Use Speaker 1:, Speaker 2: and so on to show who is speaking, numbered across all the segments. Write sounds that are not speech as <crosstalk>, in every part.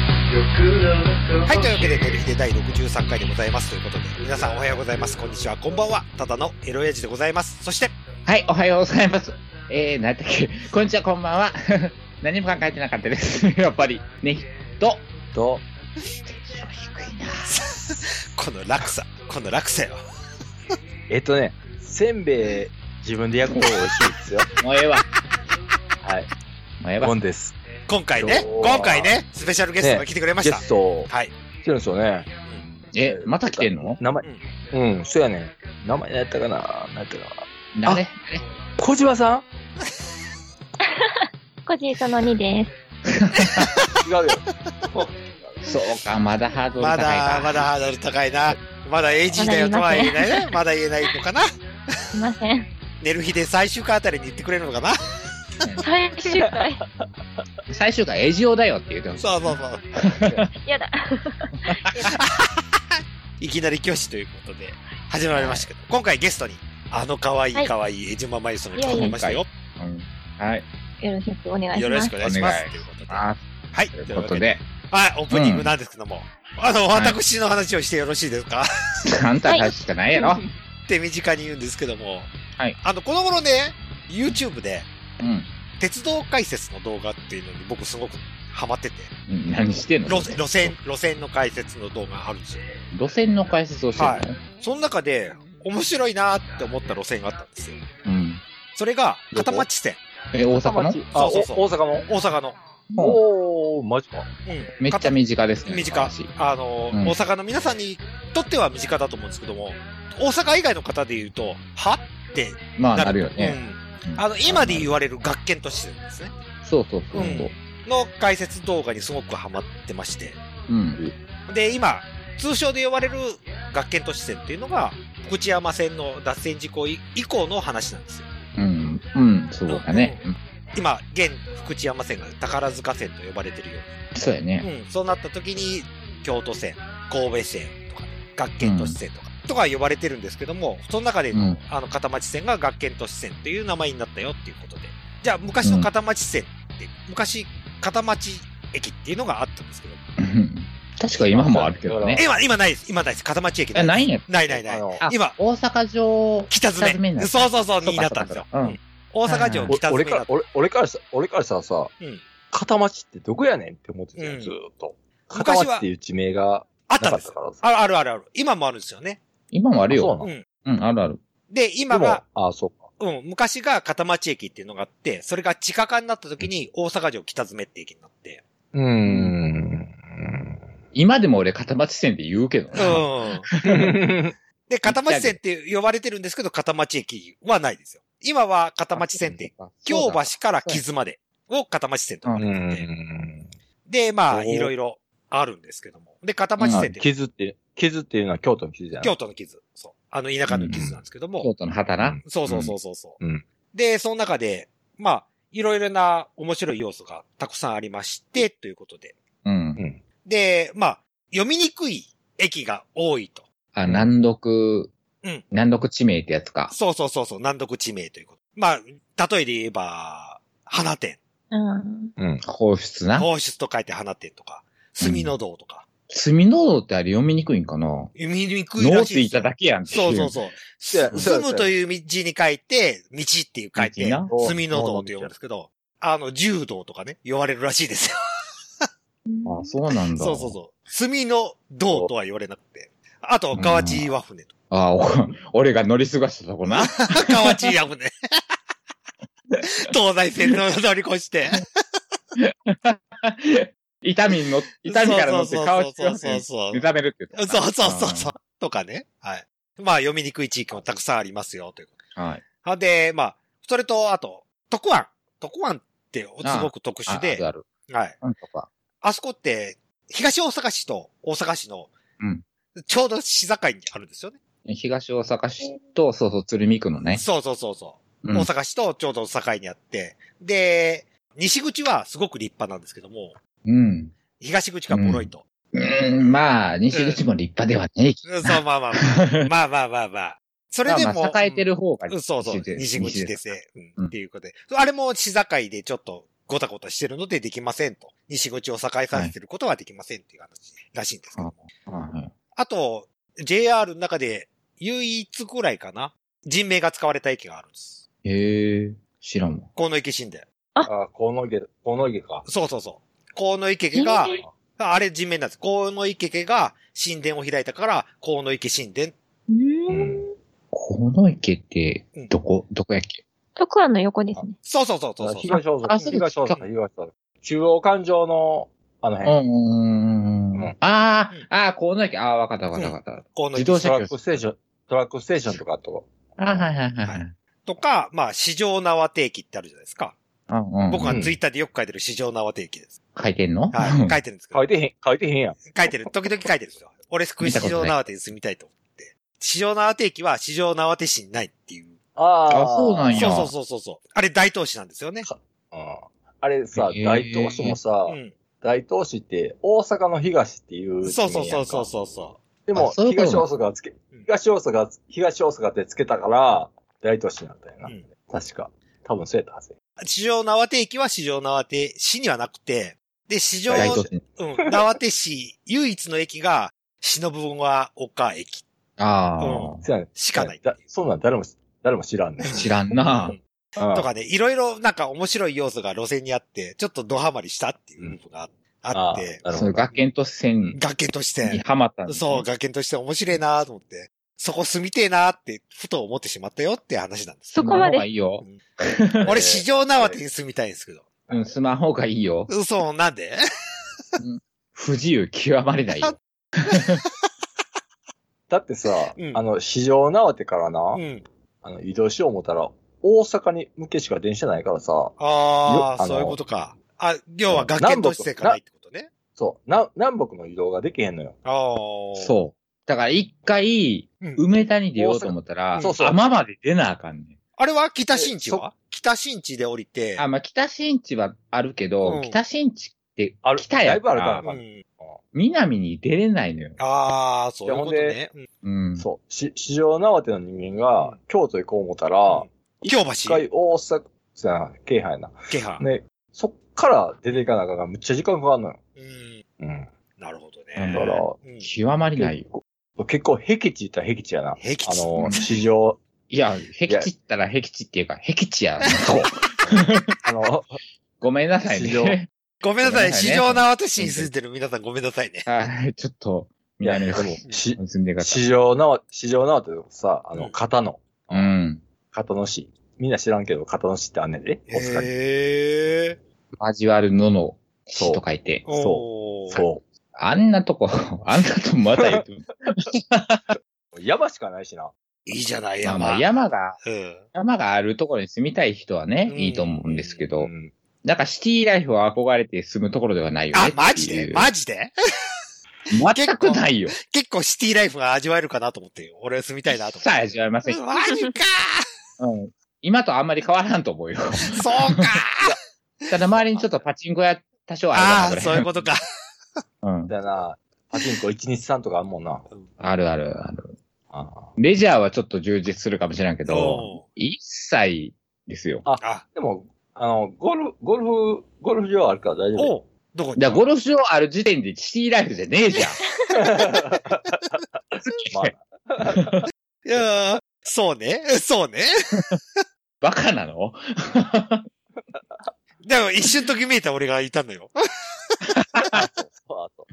Speaker 1: はい、というわけで、寝る日で第63回でございます。ということで、皆さんおはようございます。こんにちは、こんばんは。ただのエロエイジでございます。そして、
Speaker 2: はい、おはようございます。えー、なんだっけ、こんにちは、こんばんは。 <laughs> 何も考えてなかったです。 <laughs> やっぱり、ね、と、
Speaker 3: と、
Speaker 2: 低いな。
Speaker 1: この落差、この落差よ。
Speaker 3: えっとね、せんべい自分で焼く方が美味しいですよ。
Speaker 2: もうええわ。
Speaker 3: はい。
Speaker 2: もうええ
Speaker 3: ゴ
Speaker 2: わ。
Speaker 3: ンです。
Speaker 1: 今回ね、
Speaker 3: 今日は
Speaker 1: 今回ね、スペシャルゲストが来てくれまし
Speaker 3: ゲ
Speaker 1: た。
Speaker 3: スト、
Speaker 1: はい。
Speaker 3: 来てるんですよね。
Speaker 2: え、また来てんの
Speaker 3: 名前、うん、そうやね。名前何やったかな何やったかな
Speaker 2: なれ
Speaker 3: 小島さん
Speaker 4: コジーその2です。
Speaker 3: 違うよ。
Speaker 2: そうか、まだハードル高
Speaker 1: ま
Speaker 2: いな。
Speaker 1: だ、まだハードル高いな。まだエイジだよとは言えないね。まだ言えないのかな。
Speaker 4: すいません。
Speaker 1: 寝る日で最終回あたりに言ってくれるのかな。
Speaker 4: 最終回。
Speaker 2: 最終回、エジオだよって言うてほしい。
Speaker 1: そうそうそう。
Speaker 4: やだ。
Speaker 1: いきなり拒否ということで、始まりましたけど、今回ゲストに、あの可愛い
Speaker 4: はい
Speaker 1: 可愛いエジママユソの来てくれましたよ。
Speaker 2: うん、はい、
Speaker 4: よろしくお願いし
Speaker 1: よろ
Speaker 4: ま
Speaker 1: し
Speaker 4: す。
Speaker 1: くお願いしま
Speaker 2: お願
Speaker 1: す。
Speaker 2: い
Speaker 1: ということで。はい。といううわ
Speaker 2: あーといこ
Speaker 1: け
Speaker 2: と
Speaker 1: で。
Speaker 2: で、
Speaker 1: はい、オープニングなんですけども。あの、
Speaker 2: はい
Speaker 1: 私の話をしてよろしいです
Speaker 2: <laughs>
Speaker 1: か
Speaker 2: あんたたちしかないやろ。
Speaker 1: って身近に言うんですけども。
Speaker 2: はい。
Speaker 1: あの、この頃ね、YouTube で、
Speaker 2: うん
Speaker 1: 鉄道解説の動画っていうのに僕すごくハマってて、
Speaker 2: うん。何してんの
Speaker 1: 路路線、路線の解説の動画があるんですよ。
Speaker 2: 路線の解説をしてるの、
Speaker 1: はいその中で、面白いなーって思った路線があったんですよ。
Speaker 2: うん。
Speaker 1: それが、片町線。
Speaker 2: え、大阪の
Speaker 3: あ、お
Speaker 1: そうそうそう
Speaker 3: 大阪も
Speaker 1: 大阪の。
Speaker 2: うん
Speaker 3: おー、マジか。
Speaker 1: うん。
Speaker 2: めっちゃ身近ですね。
Speaker 1: 身近
Speaker 2: 私。
Speaker 1: あの、
Speaker 2: うん
Speaker 1: 大阪の皆さんにとっては身近だと思うんですけども、大阪以外の方で言うと、はって
Speaker 2: まあ、
Speaker 1: な
Speaker 2: な
Speaker 1: る
Speaker 2: るよね。
Speaker 1: うんあの、今で
Speaker 2: う
Speaker 1: 言われる学研都市ですね。
Speaker 2: そうそうそうそう。
Speaker 1: の解説動画にすごくハマってまして。
Speaker 2: うん。
Speaker 1: で、今、通称で呼ばれる学研都市線っていうのが、福知山線の脱線事故以以降の話なんですよ。
Speaker 2: うん。うん。そうだね。うん
Speaker 1: 今、現福知山線が宝塚線と呼ばれてるよ
Speaker 2: そうや
Speaker 1: う
Speaker 2: ね。
Speaker 1: に。うん。そうなった時に、京都線、神戸線とか、学研都市線とか、とか呼ばれてるんですけども、その中で、
Speaker 2: うん。
Speaker 1: あの、片町線が学研都市線という名前になったよっていうことで。じゃあ、昔の片町線って、昔、片町駅っていうのがあったんですけど、
Speaker 2: 確か今もあるけどね。
Speaker 1: 今、今ないです。今ないです。片町駅
Speaker 2: え、
Speaker 1: い。
Speaker 2: ないんやっ
Speaker 1: ないないない
Speaker 3: あ。の
Speaker 2: あ
Speaker 1: 今、
Speaker 2: 大阪城、
Speaker 1: 北詰
Speaker 2: に
Speaker 1: め。
Speaker 2: なる
Speaker 1: そうそうそう、
Speaker 2: そうか
Speaker 1: になったんですよ。
Speaker 2: そうかそうかうん
Speaker 1: 大阪城
Speaker 2: はいはい
Speaker 3: お
Speaker 1: 北詰め
Speaker 3: 俺か
Speaker 1: にな
Speaker 3: ら
Speaker 1: っ、た。
Speaker 3: 俺俺からさ、俺からしたらさ、
Speaker 1: うん
Speaker 3: 片町ってどこやねんって思ってた
Speaker 1: うん
Speaker 3: よ、ずーっと。
Speaker 1: 昔
Speaker 3: 片
Speaker 1: は
Speaker 3: 町っていう地名が
Speaker 1: あっ
Speaker 3: な
Speaker 1: たん
Speaker 3: か
Speaker 1: で
Speaker 3: っ
Speaker 1: す
Speaker 3: た
Speaker 1: よ。
Speaker 3: からさ。
Speaker 1: あるあるあるある。今もあるんですよね。
Speaker 2: 今もある
Speaker 3: そう
Speaker 2: よ
Speaker 3: な。の
Speaker 1: うん。
Speaker 2: うん、あるある。
Speaker 1: で、今が、
Speaker 3: でも、あ、そうか。
Speaker 1: うん、昔が片町駅っていうのがあって、それが地下化になった時に大阪城北詰めって駅になって。
Speaker 3: うーん。
Speaker 2: 今でも俺、片町線で言うけど
Speaker 1: う
Speaker 2: ね。
Speaker 1: ん。で、片町線って呼ばれてるんですけど、片町駅はないですよ。今は片町線って、京橋から木津までを片町線と呼ば
Speaker 3: う
Speaker 1: れてて、
Speaker 3: ん。
Speaker 1: で、ま
Speaker 3: お
Speaker 1: あ、
Speaker 3: ー
Speaker 1: いろいろあるんですけども。で、片町線って、
Speaker 3: 傷って、傷っていうのは京都の傷じゃない
Speaker 1: 京都の木津。そう。あの、田舎の木津なんですけども
Speaker 2: 京。都の畑な。
Speaker 1: そうそうそうそうそう、
Speaker 3: うん
Speaker 1: で、その中で、まあ、いろいろな面白い要素がたくさんありまして、ということで。
Speaker 2: うん。
Speaker 3: うん。
Speaker 1: で、まあ、読みにくい駅が多いと。
Speaker 2: あ、難読
Speaker 1: うん、
Speaker 2: 難読地名ってやつか。
Speaker 1: そうそうそうそう、難読地名ということ。まあ、例えで言えば、花店。
Speaker 4: うん。
Speaker 3: うん。
Speaker 2: 皇室な。
Speaker 1: 放出と書いて花店とか、隅の道とか、
Speaker 2: 墨の道ってあれ読みにくいんかな
Speaker 1: 読みにくい
Speaker 2: 脳
Speaker 1: ら
Speaker 2: っ
Speaker 1: していで
Speaker 2: 言っ
Speaker 1: すよ
Speaker 2: ただけやん。
Speaker 1: そうそうそう。
Speaker 3: やそうや
Speaker 1: 住むという字に書いて、道っていう書いて、
Speaker 2: 道な
Speaker 1: 隅の道って呼ぶんですけど、あの、柔道とかね、言われるらしいですよ。
Speaker 2: あ、そうなんだ。
Speaker 1: そうそうそう。隅の道とは言われなくて。あと、河内和船と。
Speaker 2: あお <laughs> 俺が乗り過ごしたと
Speaker 1: <laughs>
Speaker 2: こな。
Speaker 1: 河内和
Speaker 2: <laughs>
Speaker 1: 船。東西線の乗り越して。
Speaker 2: 痛みに乗っ、痛みから乗って顔して
Speaker 1: そう
Speaker 2: ま
Speaker 1: そう
Speaker 2: す
Speaker 1: そう
Speaker 2: 目覚めるって言
Speaker 1: そう。
Speaker 2: ってた
Speaker 1: そうそうそうそう。とかね。はい。まあ、読みにくい地域もたくさんありますよ、という。
Speaker 2: うんはい。
Speaker 1: あで、まあ、それと、あと、特湾。特湾ってすごく <laughs> 特殊
Speaker 2: ある
Speaker 1: で、
Speaker 2: ある。
Speaker 1: はい。
Speaker 2: なんとか。
Speaker 1: あそこって、東大阪市と大阪市の、
Speaker 2: うん
Speaker 1: ちょうど市境にあるんですよね。
Speaker 2: 東大阪市と、そうそう、鶴見区のね。
Speaker 1: そうそうそうそう。
Speaker 2: うん
Speaker 1: 大阪市とちょうど境にあって、で、西口はすごく立派なんですけども、
Speaker 2: うん。
Speaker 1: 東口がボロいと。
Speaker 2: うん、まあ、西口も立派ではね
Speaker 1: うんそう、まあまあま
Speaker 2: <laughs>
Speaker 1: あ。まあまあまあまあ。そ
Speaker 2: そ
Speaker 1: れでも。
Speaker 2: まあ、栄えてる方が
Speaker 1: うん、そうそう、
Speaker 2: で
Speaker 1: 西口です
Speaker 2: す
Speaker 1: ね。う、
Speaker 2: うんん
Speaker 1: っていうことで。あれも市境でちょっとごたごたしてるのでできませんと西口を栄えさせてることはできませんっていう話らしいんですけども。
Speaker 2: はい
Speaker 1: あと、JR の中で唯一ぐらいかな人名が使われた駅があるんです。
Speaker 2: へえ、知らんわ。
Speaker 1: 河野池神殿。
Speaker 3: あ、河野家、河野家か。
Speaker 1: そうそうそう。河野池家が、あれ人名なんです。河野池家が神殿を開いたから、河野池神殿。
Speaker 4: う
Speaker 3: う
Speaker 4: ーん。
Speaker 3: ん。
Speaker 2: この池って、どこ、どこやっけ
Speaker 4: 徳安の横ですね。
Speaker 1: そうそうそうそうそう。
Speaker 3: 東大
Speaker 2: あ
Speaker 3: 阪、
Speaker 2: そう
Speaker 3: 東大阪、東大阪。中央環状の、あの
Speaker 2: う
Speaker 3: 辺、
Speaker 2: んうんうん
Speaker 3: う
Speaker 2: うんん。あー、あー、この池、あー、わかったわかったわかった。
Speaker 1: 河野
Speaker 2: 自
Speaker 1: 池
Speaker 2: 動
Speaker 3: ト
Speaker 2: 車
Speaker 3: ラ
Speaker 2: 教
Speaker 3: ック
Speaker 2: 室。
Speaker 3: ステーション、トラックステーションとかあとこ。
Speaker 2: あー、はいはいはいはい。
Speaker 1: とか、まあ、市場縄定期ってあるじゃないですか。
Speaker 2: うんうん。
Speaker 1: 僕はツイッターでよく書いてる市場縄定期です。
Speaker 2: 書いてんの
Speaker 1: はい。書いてるんですけど
Speaker 3: 書。いてへん、書いてへんやん。
Speaker 1: 書いてる。時々書いてるんですよ。俺、福井市場縄手に住みたいと思って。市場縄手駅は市場縄手市にないっていう。
Speaker 3: あー
Speaker 2: あそうなんや
Speaker 1: そうそうそうそうそう。あれ、大東市なんですよね。
Speaker 3: うんあれさ、
Speaker 2: へー
Speaker 3: 大東市もさ、
Speaker 1: う
Speaker 3: 大東市って大阪の東っていう意味やん
Speaker 1: ん。
Speaker 3: か。
Speaker 1: そうそうそうそうそうそ
Speaker 3: でも
Speaker 2: あ、そういうこと
Speaker 3: 東大阪がつけ、東大阪が、東大阪ってつけたから、大都市になったよな。
Speaker 1: うん
Speaker 3: 確か。多分そうやったはずや。
Speaker 1: う。市場縄手駅は市場縄手市にはなくて、で、市場、
Speaker 2: 大
Speaker 3: 大
Speaker 2: 都市。
Speaker 1: うん、縄手市、唯一の駅が、忍は岡駅
Speaker 2: あ
Speaker 3: そうやね。
Speaker 1: しかないってい
Speaker 3: だ
Speaker 1: う。
Speaker 3: そんなん誰も、誰も知らんね
Speaker 2: あ、。知らんな
Speaker 1: う。ん
Speaker 3: うん
Speaker 1: とかね、いろいろなんか面白い要素が路線にあって、ちょっとドハマりしたっていう部分がああって、
Speaker 3: あーなる
Speaker 2: そ
Speaker 3: ほ
Speaker 2: の
Speaker 3: ど。
Speaker 2: 学研都市線
Speaker 1: 崖として。
Speaker 2: にハマったんですね
Speaker 1: そう、学研として面白いなと思って、そこ住みてえなって、ふと思ってしまったよって話なんです。
Speaker 4: そこま
Speaker 2: スマホが
Speaker 4: で。
Speaker 2: いいよ。
Speaker 1: 俺、市場縄手に住みたいんですけど。
Speaker 2: うん、スマホがいいよ。
Speaker 1: 嘘、なんで
Speaker 2: 不自由極まれ
Speaker 3: <laughs>
Speaker 2: ないよ。
Speaker 3: だってさ、
Speaker 1: うん
Speaker 3: あの、市場縄手からな、
Speaker 1: うん。
Speaker 3: あの移動しよう思ったら、大阪に向けしか電車ないからさ、
Speaker 1: ああ、
Speaker 3: よあの
Speaker 1: そういうことか。あ、要は学研としてかないってことね。
Speaker 3: そう、な南北の移動ができへんのよ。
Speaker 1: ああ。
Speaker 2: そう。だから一回、
Speaker 1: うん。
Speaker 2: 梅田に出ようと思ったら、
Speaker 3: そうそう
Speaker 2: 天まで出なあかんね
Speaker 1: あれは北新地は北新地で降りて
Speaker 2: ん。、あ、まあ、北新地はあるけど、
Speaker 1: うん北
Speaker 2: 北新地って
Speaker 3: あ、る
Speaker 2: 北やか
Speaker 3: だいぶある
Speaker 2: ら
Speaker 3: か、ら
Speaker 1: うん
Speaker 2: 南に出れないのよ。
Speaker 1: ああ、そういうことね。うん
Speaker 2: うん。
Speaker 3: そう、し市場縄手の人間が、
Speaker 1: うん
Speaker 3: 京都行こう思った
Speaker 1: う
Speaker 3: ら、
Speaker 1: ん京
Speaker 3: 一
Speaker 1: 橋、
Speaker 3: 回大阪、じゃあ、京阪やな。
Speaker 1: 京阪。
Speaker 3: ね、そっから出ていかなあかんから、むっちゃ時間かかんのよ。
Speaker 1: うん。
Speaker 3: うん。
Speaker 1: なるほど
Speaker 2: う
Speaker 1: ね。
Speaker 2: ん
Speaker 3: だから、
Speaker 1: うん
Speaker 2: 極まりないよ。
Speaker 3: 結構、僻地ったら僻地やな。あ
Speaker 1: 平吉。
Speaker 3: の、市場、
Speaker 2: いや、僻地ったら僻地っていうか、僻地や。
Speaker 3: <laughs> あの、
Speaker 2: ごめんなさい
Speaker 3: 市場
Speaker 2: ね。
Speaker 1: ごめんなさい、
Speaker 2: ごめんなさい
Speaker 1: 市
Speaker 2: ね
Speaker 1: 場縄手市に住んでる皆さんごめんなさいね。
Speaker 2: <laughs> はい、ちょっと、南の方に
Speaker 3: し
Speaker 2: 住んでる方。
Speaker 3: 市場縄、市場縄手とかさ、あ
Speaker 1: う
Speaker 3: の、
Speaker 1: ん
Speaker 3: 片野、
Speaker 2: うん。
Speaker 3: 片野市。みんな知らんけど、片野市ってあんねんで、大阪に。
Speaker 1: へえ。
Speaker 2: 交わるのの市と書いて。
Speaker 1: そ
Speaker 3: そ
Speaker 2: あんなとこ、あんなとこまた言っても
Speaker 3: う。山しかないしな。
Speaker 1: う。いいじゃない、
Speaker 2: まあ
Speaker 1: 山。
Speaker 2: まあ山が、
Speaker 1: うん。
Speaker 2: 山があるところに住みたい人はね、
Speaker 1: うん
Speaker 2: いいと思うんですけ
Speaker 3: う
Speaker 2: ど、
Speaker 3: ん。
Speaker 2: なんかシティライフを憧れて住むところではないよねっ
Speaker 1: あ
Speaker 2: て、いう。
Speaker 1: マジでマジで
Speaker 2: 全くないよ。
Speaker 1: 結構シティライフが味わえるかなと思って、俺は住みたいなと思
Speaker 2: さあ、
Speaker 1: って。
Speaker 2: 味わえません。
Speaker 1: うんマジか
Speaker 2: うん。今とあんまり変わらんと
Speaker 1: <laughs>
Speaker 2: 思うよ。 <laughs>
Speaker 1: ーそうかー
Speaker 2: ただ周りにちょっとパチンコや多少ある
Speaker 1: あ
Speaker 2: か
Speaker 1: あ、
Speaker 2: な
Speaker 1: そういうことか。
Speaker 2: と。うん。
Speaker 3: だよな、パチンコ1日3とかあんもんな。
Speaker 2: あるあるある。
Speaker 3: ああ
Speaker 2: レジャーはちょっと充実するかもしれんけど、
Speaker 1: そ
Speaker 2: 一切ですよ。
Speaker 1: うあ、
Speaker 3: でも、あの、ゴルフ、ゴルフ、ゴルフ場あるから大丈夫。
Speaker 1: おうどこ
Speaker 2: だからゴルフ場ある時点でシティライフじゃね
Speaker 1: <laughs>
Speaker 2: えじゃん。
Speaker 3: まあ、
Speaker 1: いやーそうね。そうね。
Speaker 2: バカなの
Speaker 1: でも一瞬ときめいた俺がいたのよ。
Speaker 3: そうあと。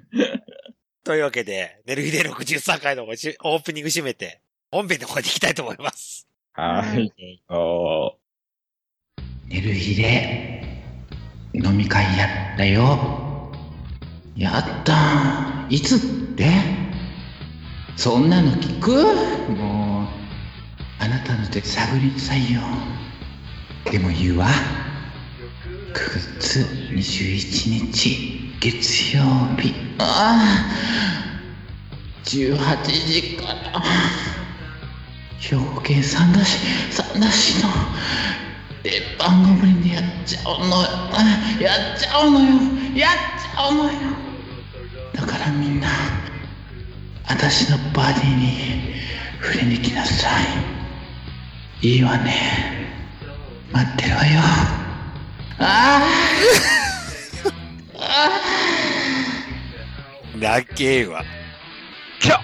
Speaker 1: というわけで、寝る日で63回のオープニング締めて、本編の方に行きたいと思います。
Speaker 2: はい。お寝る日で飲み会やったよ。やったーいつってそんなの聞くもう、あなたの手探りなさいよ。でも言うわ。9月21日、月曜日。ああ、18時から。兵庫県三田市三田市の鉄板ゴブリンでやっちゃうのあやっちゃうのよやっちゃうのよだからみんな私のバディに触れに来なさいいいわね待ってるわよああ
Speaker 1: なけえわ。
Speaker 3: きゃ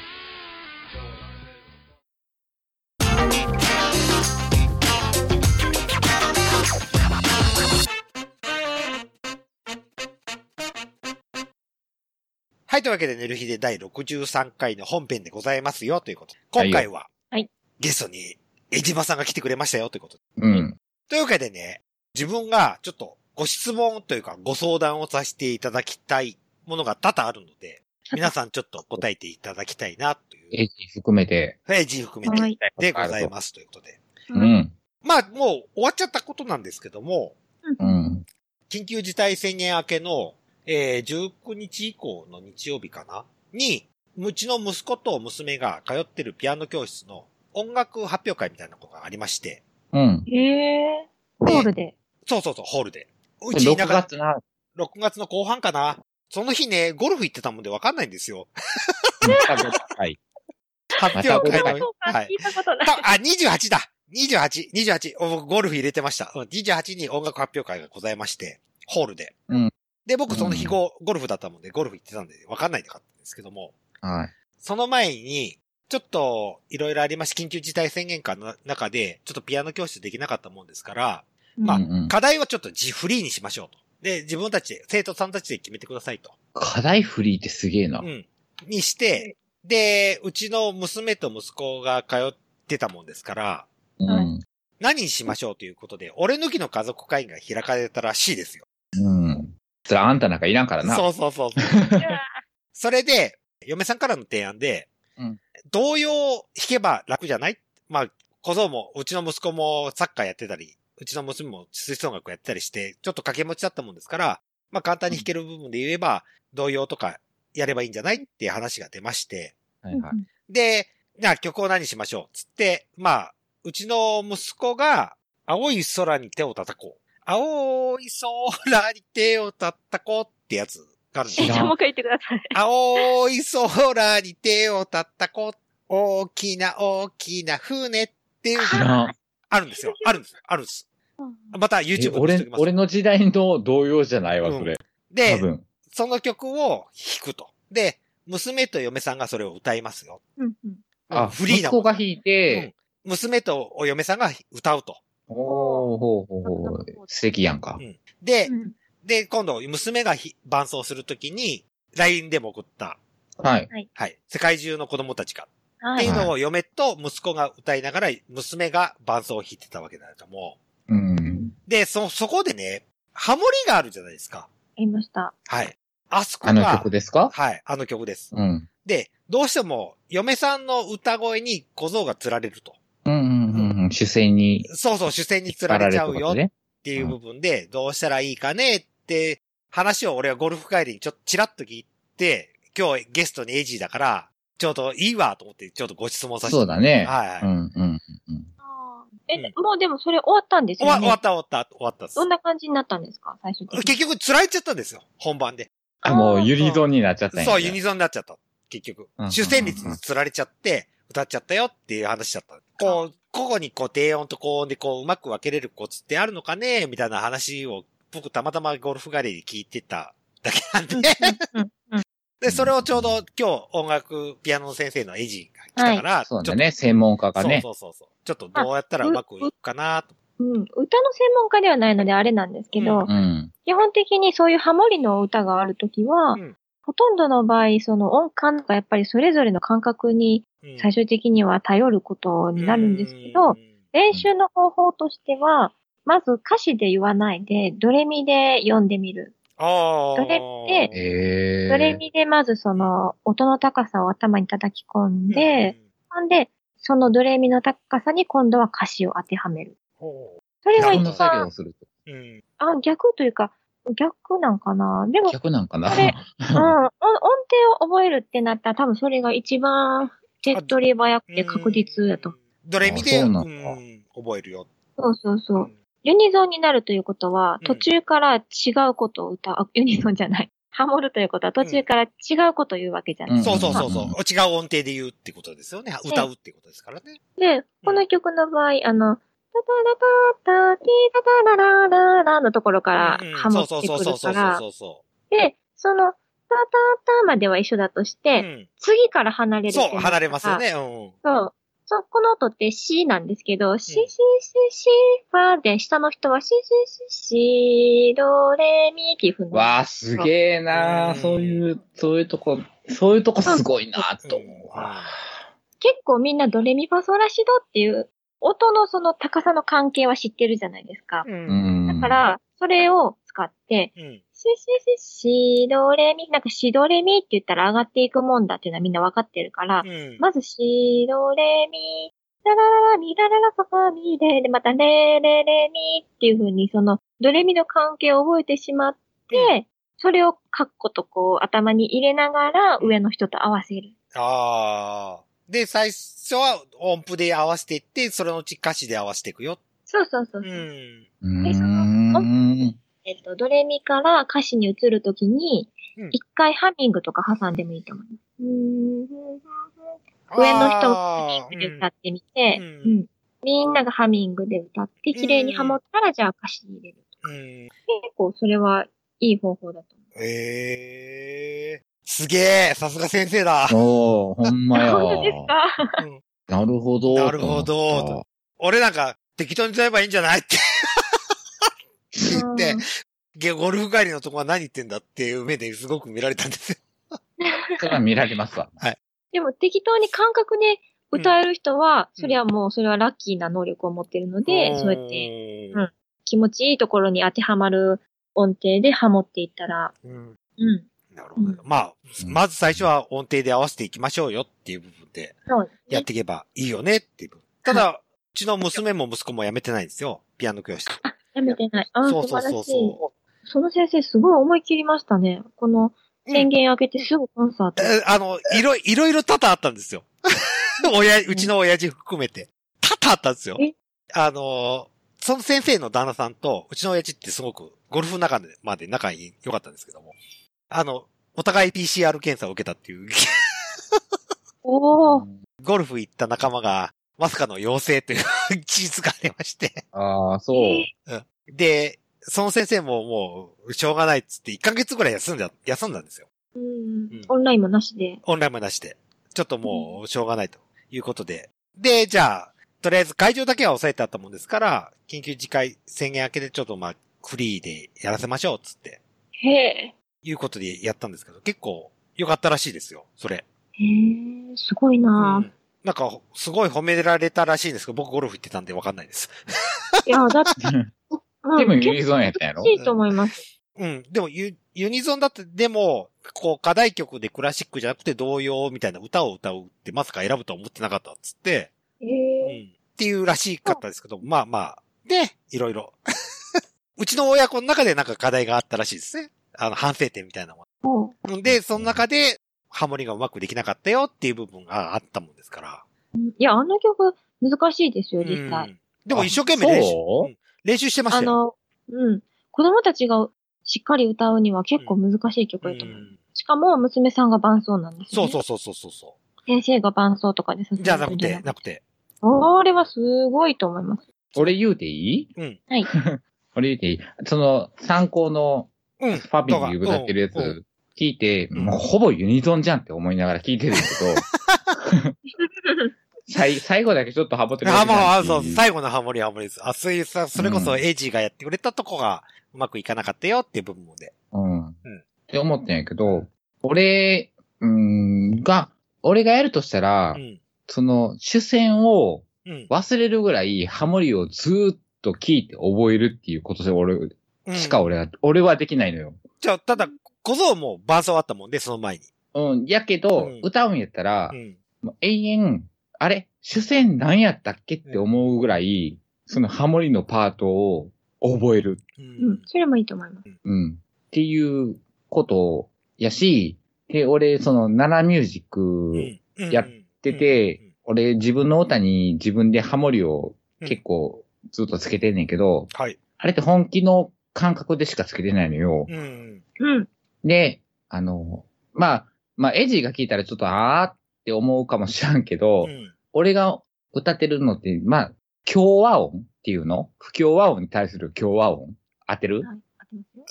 Speaker 1: はい、というわけで、寝る日で第63回の本編でございますよ、ということ。今回は、
Speaker 4: はい
Speaker 1: ゲストに、江島さんが来てくれましたよ、ということ。
Speaker 2: うん。
Speaker 1: というわけでね、自分がちょっとご質問というかご相談をさせていただきたいものが多々あるので、皆さんちょっと答えていただきたいな、という、
Speaker 2: エイジ含めて。
Speaker 1: フェージ含め
Speaker 4: は
Speaker 1: て
Speaker 4: い
Speaker 1: でございます、ということで。
Speaker 2: う
Speaker 4: うん
Speaker 2: ん。
Speaker 1: まあ、もう終わっちゃったことなんですけども、
Speaker 2: うん。
Speaker 1: 緊急事態宣言明けの、えー19日以降の日曜日かなに、うちの息子と娘が通ってるピアノ教室の音楽発表会みたいなことがありまして、
Speaker 2: うん。
Speaker 4: えー、ホールで。
Speaker 1: そうそうそう、ホールで。うち
Speaker 2: 6
Speaker 1: 田舎、
Speaker 2: 月な、
Speaker 1: 6月の後半かなその日ね、ゴルフ行ってたもんでわかんないんです
Speaker 2: <laughs>
Speaker 1: よ。
Speaker 3: はい。
Speaker 1: 発表会
Speaker 2: ま
Speaker 1: の
Speaker 2: た。
Speaker 4: そうか、
Speaker 1: はい
Speaker 4: 聞いたことない。
Speaker 1: たあ、28だ !28、28。お僕ゴルフ入れてました。うん28に音楽発表会がございまして、ホールで。
Speaker 2: うん
Speaker 1: で、僕その日ご、ゴルフだったもんで、ゴルフ行ってたんで、わかんないでかったんですけども、
Speaker 2: はい。
Speaker 1: その前に、ちょっと、いろいろありまし、緊急事態宣言下の中で、ちょっとピアノ教室できなかったもんですから、まあ
Speaker 2: うんうん
Speaker 1: 課題はちょっと自フリーにしましょうと。で、自分たちで、生徒さんたちで決めてくださいと。
Speaker 2: 課題フリーってすげえな
Speaker 1: う。ん。にして、で、うちの娘と息子が通ってたもんですから、
Speaker 2: うん。うん
Speaker 1: 何にしましょうということで、俺抜きの家族会議が開かれたらしいですよ。
Speaker 2: うん。それあんたなんかいらんからな。
Speaker 1: そうそうそう。それで、嫁さんからの提案で、
Speaker 2: うん
Speaker 1: 童謡弾けば楽じゃないまあ、小僧も、うちの息子もサッカーやってたり、うちの娘も吹奏楽やってたりして、ちょっと掛け持ちだったもんですから、まあ簡単に弾ける部分で言えば、童謡とかやればいいんじゃないっていう話が出まして、
Speaker 2: はいはい。
Speaker 1: で、じゃあ曲を何しましょうつって、まあ、うちの息子が、青い空に手を叩こう。青い空に手を叩こうってやつがあるんですよ
Speaker 2: 知
Speaker 4: じ
Speaker 2: ら
Speaker 4: ゃ
Speaker 2: ん
Speaker 4: あもう一回言ってください。
Speaker 1: 青い空に手をたったこ、大きな大きな船っていう
Speaker 2: 知
Speaker 1: のが
Speaker 2: らん。
Speaker 1: あるんですよ。あるんですよ。あるんです。また YouTube
Speaker 2: え
Speaker 1: に載せ
Speaker 2: 俺
Speaker 1: て、おき
Speaker 2: 俺の時代の同様じゃないわ、
Speaker 1: うん
Speaker 2: それ。多
Speaker 1: ます。で、
Speaker 2: 分。
Speaker 1: その曲を弾くと。で、娘と嫁さんがそれを歌いますよ。
Speaker 4: うんうん
Speaker 2: あ、
Speaker 1: フリーな
Speaker 2: 息子が弾いて、
Speaker 1: 娘とお嫁さんが歌うと。
Speaker 2: おー、ほうほうほう。素敵やんか。
Speaker 1: で、
Speaker 4: うん。
Speaker 1: で、今度娘がひ伴奏するときに、LINE でも送った、
Speaker 2: はい。
Speaker 1: はい、世界中の子供たちが。っ
Speaker 4: は
Speaker 1: て
Speaker 4: い
Speaker 1: いう。のを嫁と息子が歌いながら、娘が伴奏を弾いてたわけだけども。
Speaker 2: うん。
Speaker 1: で、そ、そこでね、ハモリがあるじゃないですか。
Speaker 4: 言いました。
Speaker 1: はい。あそこが、
Speaker 2: あの曲ですか
Speaker 1: はい、あの曲です。
Speaker 2: うん。
Speaker 1: で、どうしても、嫁さんの歌声に小僧が釣られると。
Speaker 2: うんうんうんうん。主戦に
Speaker 1: そうそう、主戦に
Speaker 2: 引っ
Speaker 1: 釣
Speaker 2: 張
Speaker 1: ら
Speaker 2: ら
Speaker 1: れち
Speaker 2: れた
Speaker 1: ゃ
Speaker 2: こ
Speaker 1: う
Speaker 2: と
Speaker 1: よ
Speaker 2: ね。
Speaker 1: っていう部分で、どうしたらいいかねって話を俺はゴルフ帰りにちょっとチラッと聞いて、今日ゲストにエイジーだから、ちょうどいいわと思って、ちょっとご質問させて。
Speaker 2: そうだね。
Speaker 1: はいはい、
Speaker 2: うんうんうん。
Speaker 4: え、もうでもそれ終わったんです
Speaker 1: 終
Speaker 4: よ
Speaker 1: わ
Speaker 4: ね。
Speaker 1: 終わった終わった終わったです
Speaker 4: どんな感じになったんですか最初的に。
Speaker 1: 結局釣られちゃったんですよ、本番で。
Speaker 2: あ、もうユニゾンになっちゃったんやね
Speaker 1: そう、ユニゾンになっちゃった。結局
Speaker 2: うんうんう。ん
Speaker 1: 主旋律に釣られちゃって、歌っちゃったよっていう話だった。こう、個々にこう低音と高音でこううまく分けれるコツってあるのかねみたいな話を僕たまたまゴルフ帰りに聞いてただけなんで。
Speaker 2: <laughs>
Speaker 4: うんうん
Speaker 1: で、それをちょうど今日音楽ピアノの先生のエイジが来たから、
Speaker 2: そう
Speaker 1: ちょっと
Speaker 2: だね。専門家が
Speaker 1: そう
Speaker 2: ね。
Speaker 1: そうそうそう。ちょっとどうやったらうまくいくかなと。
Speaker 4: うん、歌の専門家ではないのであれなんですけど、
Speaker 1: う
Speaker 2: うん。
Speaker 4: 基本的にそういうハモリの歌があるときは、
Speaker 1: うん
Speaker 4: ほとんどの場合、その音感がやっぱりそれぞれの感覚に
Speaker 1: うん
Speaker 4: 最終的には頼ることになるんですけど、
Speaker 1: うん
Speaker 4: 練習の方法としては、まず歌詞で言わないで、ドレミで読んでみる。
Speaker 1: ああ。
Speaker 4: それって
Speaker 2: ええ。
Speaker 4: ドレミでまずその音の高さを頭に叩き込んで、ほんで、そのドレミの高さに今度は歌詞を当てはめる。
Speaker 1: うん、ほ
Speaker 4: それが
Speaker 2: 逆
Speaker 4: 一
Speaker 2: の作業
Speaker 4: 番
Speaker 2: を、すると。
Speaker 1: ううん。
Speaker 4: あ、逆というか、逆なんかな。でも、
Speaker 2: 逆なんかな
Speaker 4: これうん、音音程を覚えるってなったら多分それが一番手っ取り早くて確実だと。
Speaker 1: ドレミで、う
Speaker 2: あそうんなんだ
Speaker 1: 覚えるよ。
Speaker 4: そうそうそうう。ユニゾンになるということは
Speaker 1: うん
Speaker 4: 途中から違うことを歌う、あ <laughs> ユニゾンじゃない。ハモるということは途中から違うことを言うわけじゃない。
Speaker 1: そうそうそうそう
Speaker 2: うん。
Speaker 1: 違う音程で言うってことですよね。歌うってことですからね。
Speaker 4: で、この曲の場合、あの、タタラタタティタタララララのところから
Speaker 1: うん
Speaker 4: ハ
Speaker 1: そ
Speaker 4: モ
Speaker 1: う
Speaker 4: って
Speaker 1: そう
Speaker 4: く
Speaker 1: そうそうそう
Speaker 4: るから、
Speaker 1: そうそ
Speaker 4: で、その、タタタまでは一緒だとし
Speaker 1: う
Speaker 4: て、
Speaker 1: ん。
Speaker 4: 次から離れるって
Speaker 1: そ、
Speaker 4: いうのが
Speaker 1: 離れますよ。ね。うん。
Speaker 4: そう。そう、この音って C なんですけど、シシシシファーで、下の人はシシシシドレミっていう風に。
Speaker 2: わあ、すげえな
Speaker 1: う
Speaker 2: あ
Speaker 1: ん
Speaker 2: そういう、そういうとこ、そういうとこすごいなあと思うわ。
Speaker 4: 結構みんなドレミファソラシドっていう音のその高さの関係は知ってるじゃないですか。
Speaker 1: う。
Speaker 2: うんん。
Speaker 4: だか、ら、それを使って、
Speaker 1: うん。
Speaker 4: シシシシドレミ、なんかシドレミって言ったら上がっていくもんだっていうのはみんなわかってるから
Speaker 1: う、ん。
Speaker 4: まずシドレミ、ララララミラララソファミレで、またレレレミっていう風にそのドレミの関係を覚えてしまって、それをカッコとこう頭に入れながら上の人と合わせる。
Speaker 1: ああ。で、最初は音符で合わせていって、それのうち歌詞で合わせていくよ。
Speaker 4: そうそうそううそう。
Speaker 1: ん。
Speaker 2: うーん。
Speaker 4: えっと、ドレミから歌詞に移るときに
Speaker 1: うん、
Speaker 4: 一、回ハミングとか挟んでもいいと思います。うーん上の人もハ
Speaker 1: あ
Speaker 4: ミ
Speaker 1: ー
Speaker 4: ングで歌ってみて、
Speaker 1: う
Speaker 4: うんんみんながハミングで歌って、綺麗にハモったら、じゃあ歌詞に入れる。
Speaker 1: うん。うん
Speaker 4: 結構それはいい方法だと思
Speaker 1: ええすげえさすが先生
Speaker 2: <laughs>
Speaker 1: だ
Speaker 2: おおほんま
Speaker 4: う。
Speaker 2: や。
Speaker 4: 本当ですか
Speaker 2: なるほど。
Speaker 1: なるほど
Speaker 2: と思っ
Speaker 1: 俺なんか適当に歌えばいいんじゃないって言って
Speaker 4: うん、
Speaker 1: ゲゴルフ帰りのとこは何言ってんだっていう目ですごく見られたんですよ。
Speaker 2: た。それは見られますわ。
Speaker 4: でも適当に感覚で歌える人は、
Speaker 1: うん
Speaker 4: それはもうそれはラッキーな能力を持ってるので、そうやって
Speaker 1: て。
Speaker 4: 気持ちいいところに当てはまる音程でハモっていったら、
Speaker 1: うん。
Speaker 4: うん。
Speaker 1: なるほど。まあ、まず最初は音程で合わせていきましょうよっていう部分で
Speaker 4: そうですね
Speaker 1: やっていけばいいよねっていう部分。ただ、うちの娘も息子も辞めてないんですよ。ピアノ教室。
Speaker 4: やめてない。ああ、
Speaker 1: そう
Speaker 4: 素
Speaker 1: そう
Speaker 4: 晴らし
Speaker 1: そ。
Speaker 4: いう
Speaker 1: そ
Speaker 4: その先生すごい思い切りましたね。この
Speaker 1: う。
Speaker 4: 宣言開けてすぐコンサート。
Speaker 1: えー <laughs> あの、いろ、いろいろ多々あったんですよ。親、うちの親父含めて。多々あったんですよ
Speaker 4: え。
Speaker 1: あのー、その先生の旦那さんと、うちの親父ってすごく、ゴルフ仲間でまで仲良かったんですけども、あの、お互い PCR 検査を受けたっていう、 <laughs>
Speaker 4: おお、
Speaker 1: ゴルフ行った仲間が、まさかの陽性という <laughs> 事実がありまして。
Speaker 3: ああ、そう。
Speaker 1: で、その先生ももう、しょうがないっつって、1ヶ月ぐらい休んだ、休んだんですよ。
Speaker 4: うん
Speaker 1: うん。
Speaker 4: オンラインもなしで。
Speaker 1: オンラインも出して、ちょっともうしょうがないということで。で、じゃあ、とりあえず会場だけは抑えてあったもんですから、緊急事態宣言明けでちょっとまあ、フリーでやらせましょう、つって、
Speaker 4: へえ。
Speaker 1: いうことでやったんですけど、結構良かったらしいですよ、それ。
Speaker 4: へえ、すごいうな、
Speaker 1: ん、なんか、すごい褒められたらしいんですけど、僕ゴルフ行ってたんでわかんないです。
Speaker 4: いや、
Speaker 1: <laughs>
Speaker 4: だって、うん、
Speaker 2: でも、ユ
Speaker 4: 結
Speaker 2: ニゾンやったんや
Speaker 4: 構
Speaker 2: ろ
Speaker 4: しいと思います。
Speaker 1: うん。でもユ、ユニゾンだって、でも、こう、課題曲でクラシックじゃなくて童謡みたいな歌を歌うって、まさか選ぶとは思ってなかったっつって、う
Speaker 4: へ
Speaker 1: ん
Speaker 4: え。
Speaker 1: っていうらしかったですけど、まあまあ。で、いろい <laughs> ろ。うちの親子の中でなんか課題があったらしいですね。あの、反省点みたいなも
Speaker 4: おう
Speaker 1: の。で、その中で、ハモリがうまくできなかったよっていう部分があったもんですから。
Speaker 4: いや、あの曲難しいですよ、
Speaker 1: う
Speaker 4: 実際。
Speaker 1: ん、でも一生懸命練習
Speaker 2: あそう
Speaker 1: うん練習してまし
Speaker 4: あ
Speaker 1: たよ。
Speaker 4: の、うん。子供たちがしっかり歌うには結構難しい曲
Speaker 1: う
Speaker 4: だと思う。
Speaker 1: ん
Speaker 4: しかも、娘さんが伴奏なんです
Speaker 1: そ
Speaker 4: よ、
Speaker 1: う
Speaker 4: ね。。
Speaker 1: そううそうそうそうそ
Speaker 4: 先生が伴奏とかで進
Speaker 1: う。じゃなくて、なくて。
Speaker 4: これはすごいと思います。
Speaker 2: 俺言うていい
Speaker 1: うん。
Speaker 4: はい。
Speaker 2: <laughs> 俺言うていいその、参考の
Speaker 1: うん。
Speaker 2: ファビリー歌ってるやつ
Speaker 1: うんうん
Speaker 2: 聞いて、
Speaker 1: ん
Speaker 2: もうほぼユニゾンじゃんって思いながら聞いてるんだけど、さい最後だけちょっとハボって
Speaker 1: あ、まあ、あ
Speaker 2: ってい
Speaker 1: そう、最後のハモリハモリです。あ、そういうさ、それこそエイジーがやってくれたとこがうまくいかなかったよっていう部分で。
Speaker 2: うん。って思ったんやけど、俺、うーん、が、俺がやるとしたら、
Speaker 1: うん。
Speaker 2: その、主戦を
Speaker 1: うん。
Speaker 2: 忘れるぐらいハモリをずーっと聞いて覚えるっていうことで俺、
Speaker 1: うん
Speaker 2: しか俺は、俺はできないのよ。
Speaker 1: じゃあ、ただ、小僧も伴奏あったもんで、その前に。
Speaker 2: うん、やけど、
Speaker 1: うん
Speaker 2: 歌うんやったら、
Speaker 1: うん。
Speaker 2: もう永遠、あれ主戦何やったっけって思うぐらい、そのハモリのパートを覚える。
Speaker 1: うん
Speaker 4: うん。それもいいと思います。
Speaker 2: うん。っていうことやし、で、俺、その、ナナミュージックやっ
Speaker 1: うん
Speaker 2: やってて、
Speaker 1: うん
Speaker 2: 俺自分の歌に自分でハモリを結構ずっとつけてんねんけど、
Speaker 1: はい。
Speaker 2: あれって本気の感覚でしかつけてないのよ。
Speaker 1: うん。
Speaker 4: うん。
Speaker 2: で、あの、まあ、まあ、エジーが聞いたらちょっとあーって思うかもしらんけど、
Speaker 1: うん
Speaker 2: 俺が歌ってるのって、まあ、共和音っていうの不協和音に対する共和音当てる
Speaker 4: はい。合ってま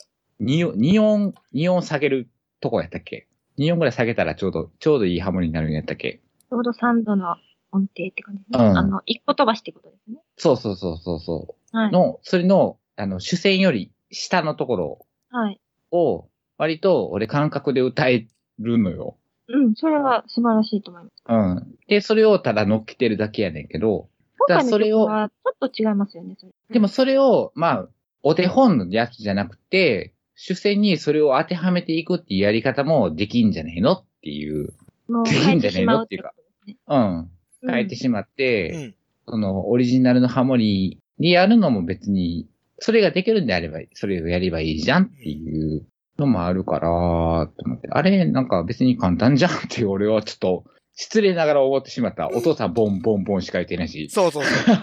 Speaker 4: す
Speaker 2: 2
Speaker 4: よ
Speaker 2: 音、2音、二音下げるとこやったっけ ?2 音ぐらい下げたらちょうど、ちょうどいいハモリになるんやったっけ
Speaker 4: ちょうど3度の音程って感じですね。
Speaker 2: うん
Speaker 4: あの、一個飛ばしってことですね。
Speaker 2: そうそうそうそうそ
Speaker 4: は
Speaker 2: う。
Speaker 4: い。
Speaker 2: の、それの、あの、主線より下のところ
Speaker 4: はい。
Speaker 2: を、割と俺感覚で歌えるのよ。
Speaker 4: うん、それは素晴らしいと思います。
Speaker 2: うん。で、それをただ乗っけてるだけやねんけど、だから
Speaker 4: 今回の
Speaker 2: それ
Speaker 4: 曲
Speaker 2: を
Speaker 4: はちょっと違いますよね、それ。
Speaker 2: でもそれを、まあ、お手本のやつじゃなくて、主戦にそれを当てはめていくっていうやり方もできんじゃねえのっていう。
Speaker 4: もう
Speaker 2: で
Speaker 4: 変
Speaker 2: き
Speaker 4: え
Speaker 2: んじ
Speaker 4: て
Speaker 2: ゃね
Speaker 4: し
Speaker 2: え
Speaker 4: ま
Speaker 2: の
Speaker 4: う
Speaker 2: っ
Speaker 4: ってて
Speaker 2: いう
Speaker 4: こ
Speaker 2: か
Speaker 4: とですね。
Speaker 2: うん。変えてしまって、
Speaker 1: うん。
Speaker 2: その、オリジナルのハモリでやるのも別に、それができるんであれば、それをやればいいじゃんっていうのもあるから、と思って。あれ、なんか別に簡単じゃんって俺はちょっと、失礼ながら思ってしまった。お父さんボンボンボンしか言ってないし。
Speaker 1: そうそうそう。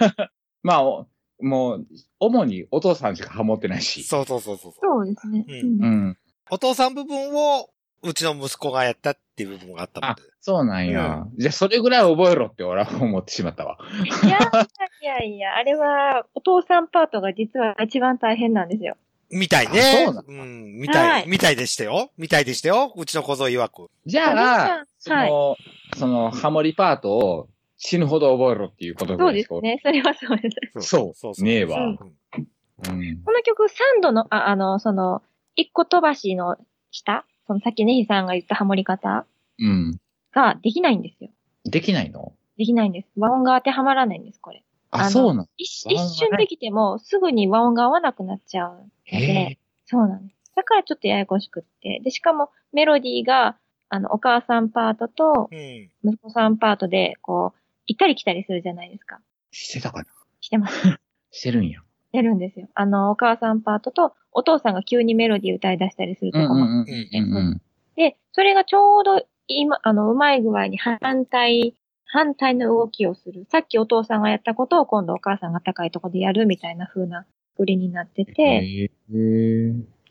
Speaker 2: まあ、おもう、主にお父さんしかハモってないし。
Speaker 1: そうそうそうそうそう。
Speaker 4: そうですね。
Speaker 1: う
Speaker 4: うん。
Speaker 2: うんん。
Speaker 1: お父さん部分を、うちの息子がやったっていう部分があったもん
Speaker 2: あ
Speaker 1: で。、
Speaker 2: そうなんや。じゃあそれぐらい覚えろって俺は思ってしまったわ。
Speaker 4: いやいやいや、あれは、お父さんパートが実は一番大変なんですよ。
Speaker 1: みたいね。
Speaker 2: あそうなんだ
Speaker 1: ん、みたい,、
Speaker 4: はい
Speaker 1: みたいでしたよ。みたいでしたよ。うちの小僧曰く。
Speaker 2: じゃあ、そ
Speaker 4: はい
Speaker 2: の、その、ハモリパートを死ぬほど覚えろっていうことぐ
Speaker 4: そ
Speaker 2: ら
Speaker 4: う
Speaker 2: い
Speaker 4: で
Speaker 2: し
Speaker 4: す
Speaker 2: か
Speaker 4: ね。それはそうです。
Speaker 2: そうねえわ
Speaker 1: うん
Speaker 2: うん。
Speaker 4: この曲、3度の、ああの、その、一個飛ばしの下、そのさっきねひさんが言ったハモり方
Speaker 2: うん。
Speaker 4: ができないんですよ。
Speaker 2: できないの
Speaker 4: できないんです。和音が当てはまらないんです、これ。あ
Speaker 2: あ、
Speaker 4: の
Speaker 2: そうなの
Speaker 4: 一
Speaker 2: 和音が
Speaker 4: 一
Speaker 2: ね
Speaker 4: 瞬できても、すぐに和音が合わなくなっちゃうの
Speaker 2: へ
Speaker 4: で、そうなんです。だからちょっとややこしくって。で、しかもメロディーが、あの、お母さんパートと
Speaker 1: うん。
Speaker 4: 息子さんパートで、こう、行ったり来たりするじゃないですか。
Speaker 2: してたかな
Speaker 4: してます。 <laughs>
Speaker 2: してるんや。
Speaker 4: やるんですよ。あの、お母さんパートと、お父さんが急にメロディー歌い出したりするとこもあって
Speaker 2: うん
Speaker 1: うん
Speaker 2: うん。
Speaker 4: で、それがちょうど今、あの、うまい具合に反対、反対の動きをする。さっきお父さんがやったことを今度お母さんが高いところでやるみたいな風な作りになってて。
Speaker 2: へえ。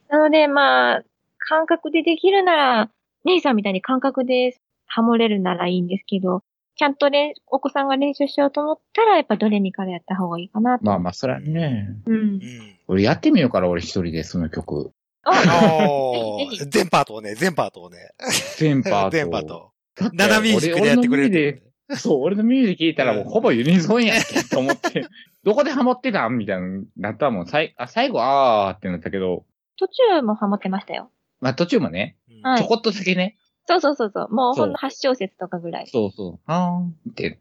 Speaker 4: なので、まあ、感覚でできるなら、姉さんみたいに感覚でハモれるならいいんですけど、ちゃんとれんお子さんが練習しようと思ったら、やっぱどれにからやった方がいいかなと。
Speaker 2: まあまあ、そらね。
Speaker 4: うん
Speaker 1: う。ん。
Speaker 2: 俺やってみようから、俺一人で、その曲。
Speaker 4: あ、
Speaker 1: あ
Speaker 4: ぜひぜ
Speaker 1: ー全パートをね、全パートをね。
Speaker 2: 全パー
Speaker 1: <laughs>
Speaker 2: ト。
Speaker 1: 全パート。
Speaker 2: だって。
Speaker 1: 7ミュージックでやってくれる
Speaker 2: 俺。俺の耳でそう、俺の耳で聞いたらもうほぼユニゾンやんけと
Speaker 1: <laughs>
Speaker 2: 思って、どこでハモってたんみたいになったもん。さいあ最後、あーってなったけど、
Speaker 4: 途中もハモってましたよ。
Speaker 2: まあ途中もね、
Speaker 1: うん。
Speaker 4: はい
Speaker 2: ちょこっとだけね、
Speaker 4: そうそうそうそう。もう
Speaker 2: そう
Speaker 4: ほんの8小節とかぐらい。
Speaker 2: そうそう、あーん
Speaker 1: <laughs>
Speaker 2: って。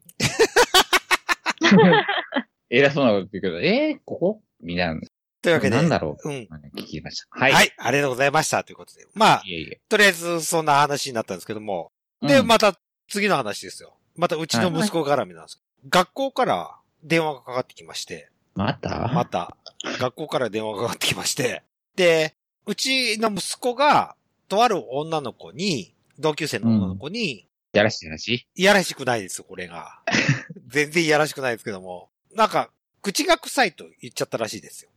Speaker 2: 偉そうなこと言うけど、えー、ここみたいな。
Speaker 1: というわけで。
Speaker 2: なんだろ
Speaker 1: うん。
Speaker 2: う。聞きました。はい。
Speaker 1: はい。ありがとうございました。ということで。まあ、
Speaker 2: いえいえ。
Speaker 1: とりあえずそんな話になったんですけども。で、
Speaker 2: うん
Speaker 1: また次の話ですよ。またうちの息子絡みなんですけど、学校から電話がかかってきまして、
Speaker 2: また
Speaker 1: また、学校から電話がかかってきまして、で、うちの息子が、とある女の子に、同級生の女の子に、
Speaker 2: やらしいやらしい。
Speaker 1: いやらしくないですよ、これ
Speaker 2: <laughs>
Speaker 1: が。全然いやらしくないですけども。なんか、口が臭いと言っちゃったらしい
Speaker 2: <laughs>
Speaker 1: ですよ。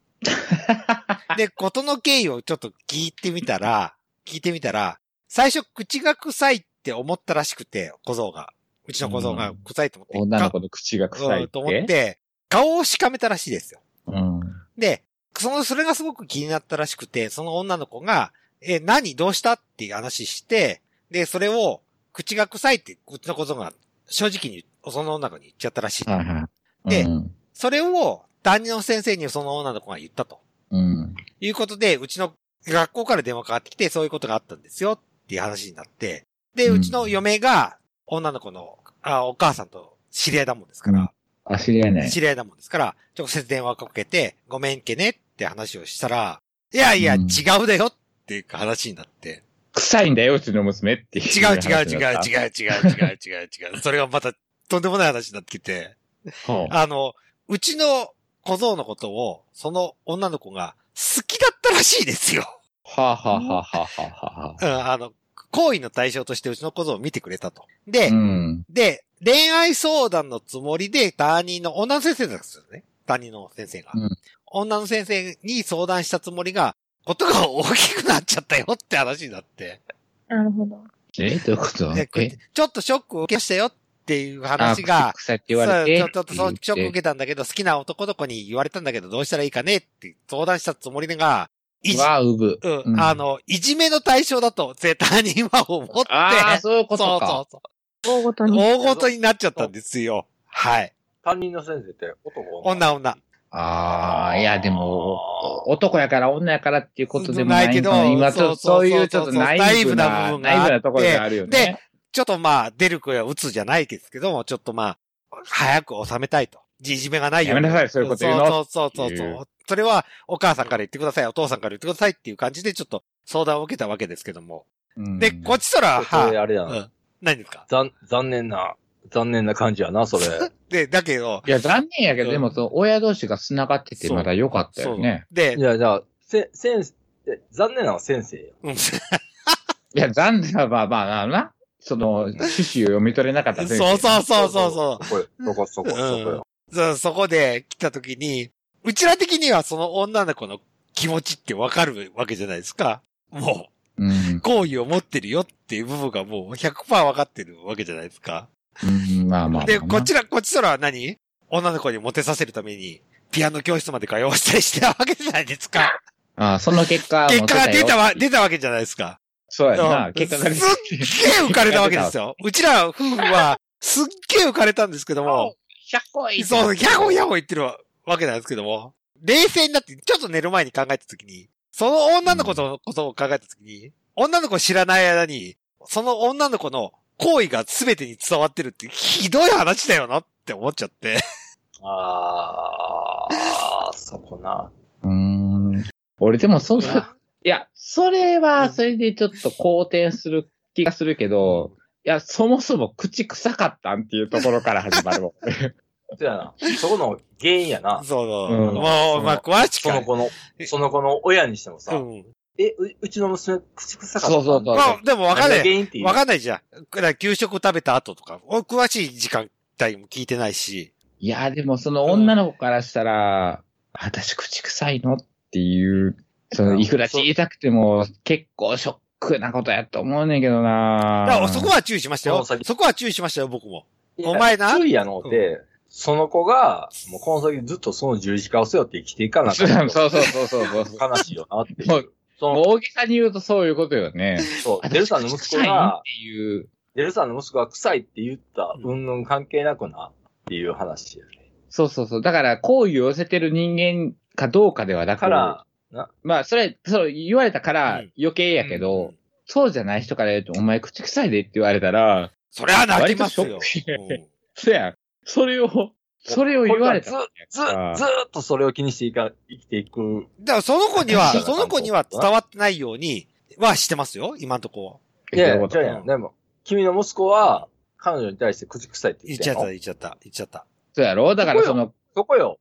Speaker 1: で、ことの経緯をちょっと聞いてみたら、聞いてみたら、最初口が臭いって思ったらしくて、小僧が。うちの小僧が臭いと思って。
Speaker 2: 女の子の口が臭い
Speaker 1: うん
Speaker 2: っ。
Speaker 1: と思ってて、顔をしかめたらしいですよ。
Speaker 2: うん。
Speaker 1: で、その、それがすごく気になったらしくて、その女の子が、え、何どうしたっていう話して、で、それを、口が臭いって、うちの子供が、正直に、その女の子に言っちゃったらしい。
Speaker 2: はいはい。
Speaker 1: で
Speaker 2: うん
Speaker 1: それを、担任の先生にその女の子が言ったと。
Speaker 2: うん。
Speaker 1: いうことで、うちの学校から電話かかってきて、そういうことがあったんですよ、っていう話になって、で、
Speaker 2: うん
Speaker 1: うちの嫁が、女の子の、あ、お母さんと知り合いだもんですから、
Speaker 2: あ、知り合いない。
Speaker 1: 知り合いだもんですから、直接電話をかけて、ごめんけねって話をしたら、いやいや、
Speaker 2: うん
Speaker 1: 違うだよっていう話になって、
Speaker 2: 臭いんだよ、うちの娘っていう
Speaker 1: 違う違う違う違う違う
Speaker 2: 話だっ
Speaker 1: 違う違う違う、それがまたとんでもない話になってきて、
Speaker 2: た。ほう
Speaker 1: あの、うちの小僧のことを、その女の子が好きだったらしいですよ。
Speaker 2: はあはあはあはあはあは
Speaker 1: う
Speaker 2: あ。
Speaker 1: ん、あの、行為の対象としてうちの小僧を見てくれたと。で、
Speaker 2: うん。
Speaker 1: で、恋愛相談のつもりで担任の女の先生なんですよね。担任の先生が。
Speaker 2: うん
Speaker 1: 女の先生に相談したつもりが、ことが大きくなっちゃったよって話になって。
Speaker 4: なるほど。
Speaker 2: え、どういうこと
Speaker 1: で
Speaker 2: え
Speaker 1: ちょっとショックを受けましたよっていう
Speaker 2: あ
Speaker 1: 話が、
Speaker 2: 臭いって言われて。
Speaker 1: そうちょっとちょっとショックを受
Speaker 2: け
Speaker 1: けたんだけど、好きな男の子に言われたんだけど、どうしたらいいかねって相談したつもりが、いじ、
Speaker 2: は、うぶ。
Speaker 1: うん、
Speaker 2: うん
Speaker 1: あの、いじめの対象だと、絶対には思って、
Speaker 2: ああ、そういうこと
Speaker 1: そう
Speaker 2: か。
Speaker 1: そうそう。
Speaker 4: 大ごとに。
Speaker 1: 大ごとになっちゃったんですよ。はい。
Speaker 3: 担任の先生って男
Speaker 1: 女女。
Speaker 2: ああ、いや、でも、男やから女やからっていうことでも
Speaker 1: な
Speaker 2: ないい
Speaker 1: けど
Speaker 2: かな今、ちょっと
Speaker 1: そうそうそう
Speaker 2: そういうちょっとナイーブな、
Speaker 1: そうそうそう
Speaker 2: ナイーブなところがあるよ
Speaker 1: で
Speaker 2: ね。、
Speaker 1: ちょっとまあ、出る声は打つじゃないですけども、ちょっとまあ、早く収めたいと。いじめがないように
Speaker 2: やめなさいそういうこと言うの
Speaker 1: そうそうそうそう
Speaker 2: ってい
Speaker 1: そう。それは、お母さんから言ってください、お父さんから言ってくださいっていう感じで、ちょっと相談を受けたわけですけども。
Speaker 2: うん
Speaker 1: で、こっちそら、
Speaker 3: それ
Speaker 1: は
Speaker 3: あれや
Speaker 1: あ、う
Speaker 3: な。
Speaker 1: ん。何ですか
Speaker 3: 残、残念な、残念な感じやな、それ。
Speaker 1: で、だけど、
Speaker 2: いや、残念やけ
Speaker 1: うん
Speaker 2: ど、でも、その親同士が繋がってて、
Speaker 1: そう
Speaker 2: まだ良かったよね。
Speaker 1: で
Speaker 3: い、や、じゃあ、せ、先生、え残念なのは先生や。
Speaker 1: うん
Speaker 2: いや、残念はまあまあまあな、その、趣旨を読み取れなかった先生
Speaker 1: そうそうそうそうそう。
Speaker 3: そう。そこ、そこ、そこ、そこよ。
Speaker 1: そそこで来た時に、うちら的にはその女の子の気持ちってわかるわけじゃないですか。も
Speaker 2: うん
Speaker 1: う、。好意を持ってるよっていう部分がもう100%わかってるわけじゃないですか。
Speaker 2: うんまあまあまあ。
Speaker 1: で、こちら、こっちそらは何女の子にモテさせるために、ピアノ教室まで通わせたりしてたわけじゃないですか。
Speaker 2: ああその結果、
Speaker 1: 結果が出た
Speaker 2: わ。
Speaker 1: わ、出たわけじゃないですか。
Speaker 2: そうや
Speaker 1: うん
Speaker 2: な。結果が出た
Speaker 1: すっ。げえ浮かれたわけですよ。うちら夫婦は、すっげえ浮かれたんですけども、
Speaker 2: 100個い
Speaker 1: そう、ヤホヤホ言ってるわけなんですけども、冷静になって、ちょっと寝る前に考えたときに、その女の子のことを考えたときに、女の子知らない間に、その女の子の行為が全てに伝わってるって、ひどい話だよなって思っちゃって。
Speaker 3: ああ、そこな。
Speaker 2: <laughs> うーん。俺でもそうだ。いや、それは、それでちょっと好転する気がするけど、いや、そもそも口臭かったんっていうところから始まるもん。
Speaker 3: そうやな。そこの原因やな。
Speaker 1: そうそう。
Speaker 2: うん
Speaker 1: もう、まあ、詳しく
Speaker 3: その
Speaker 1: は。
Speaker 3: 子の、その子の親にしても
Speaker 1: う
Speaker 3: さ、
Speaker 1: ん。
Speaker 3: え、ううちの娘、口臭かった
Speaker 2: そうそうそう
Speaker 1: まあ、でもわかんな
Speaker 3: 何が原
Speaker 1: い。
Speaker 3: 因っていう
Speaker 1: わかんないじゃん。だから給食食べた後とか、お詳しい時間帯も聞いてないし。
Speaker 2: いや、でもその女の子からしたら、私口臭いのっていう、その、いくら小さくても結構ショックなことやと思うねんけどな
Speaker 1: だからそこは注意しましたよ。
Speaker 3: その先
Speaker 1: そこは注意しましたよ、僕も。
Speaker 3: い
Speaker 1: お前な
Speaker 3: 注意やのって、その子が、もうこの先ずっとその十字架を背負って生きていかな
Speaker 2: そ
Speaker 3: か
Speaker 2: う
Speaker 3: っ
Speaker 2: そ
Speaker 3: た
Speaker 2: う <laughs> そうそうそうそう。
Speaker 3: 悲しいよなっていう。
Speaker 2: もう
Speaker 3: そ
Speaker 2: も
Speaker 3: の
Speaker 2: う大げさに言うとそういうことよね。
Speaker 3: そう、デルさんの息
Speaker 2: 私口
Speaker 3: 子
Speaker 2: 臭いのっ
Speaker 3: が、
Speaker 2: ていう。
Speaker 3: デルさんの息子が臭いって言った、うんぬん関係なくな、っていう話やね。
Speaker 2: そうそうそう。だから、好意を寄せてる人間かどうかではなく、
Speaker 3: から、
Speaker 2: まあ、それ、そう言われたか
Speaker 1: う
Speaker 2: ら
Speaker 1: ん
Speaker 2: 余計やけど、そうじゃない人から言うと、お前口臭いでって言われたら、
Speaker 1: それは泣きますよ。
Speaker 2: 割とショック
Speaker 1: うん
Speaker 2: そや、それを、それを言われた
Speaker 3: こ
Speaker 2: わ
Speaker 3: れ
Speaker 2: けや
Speaker 3: ず、ず、ず
Speaker 2: から。
Speaker 3: ーっとそれを気にしていか、生きていく。
Speaker 1: だからその子に
Speaker 3: <laughs>
Speaker 1: は、
Speaker 3: 確か
Speaker 1: そ
Speaker 3: に
Speaker 1: の子には伝わってないようにはしてますよ、今んとこ。
Speaker 3: いや
Speaker 2: どう
Speaker 3: い
Speaker 2: い
Speaker 3: や、
Speaker 2: うこ
Speaker 3: じ
Speaker 2: と
Speaker 3: ゃあやん。でも、君の息子は、彼女に対して口臭いって
Speaker 1: 言っ
Speaker 3: 言って
Speaker 1: ちゃ
Speaker 3: た
Speaker 1: った、
Speaker 3: の。
Speaker 1: 言っちゃった、言っちゃった。
Speaker 2: そうやろだから、その、
Speaker 3: そこよ。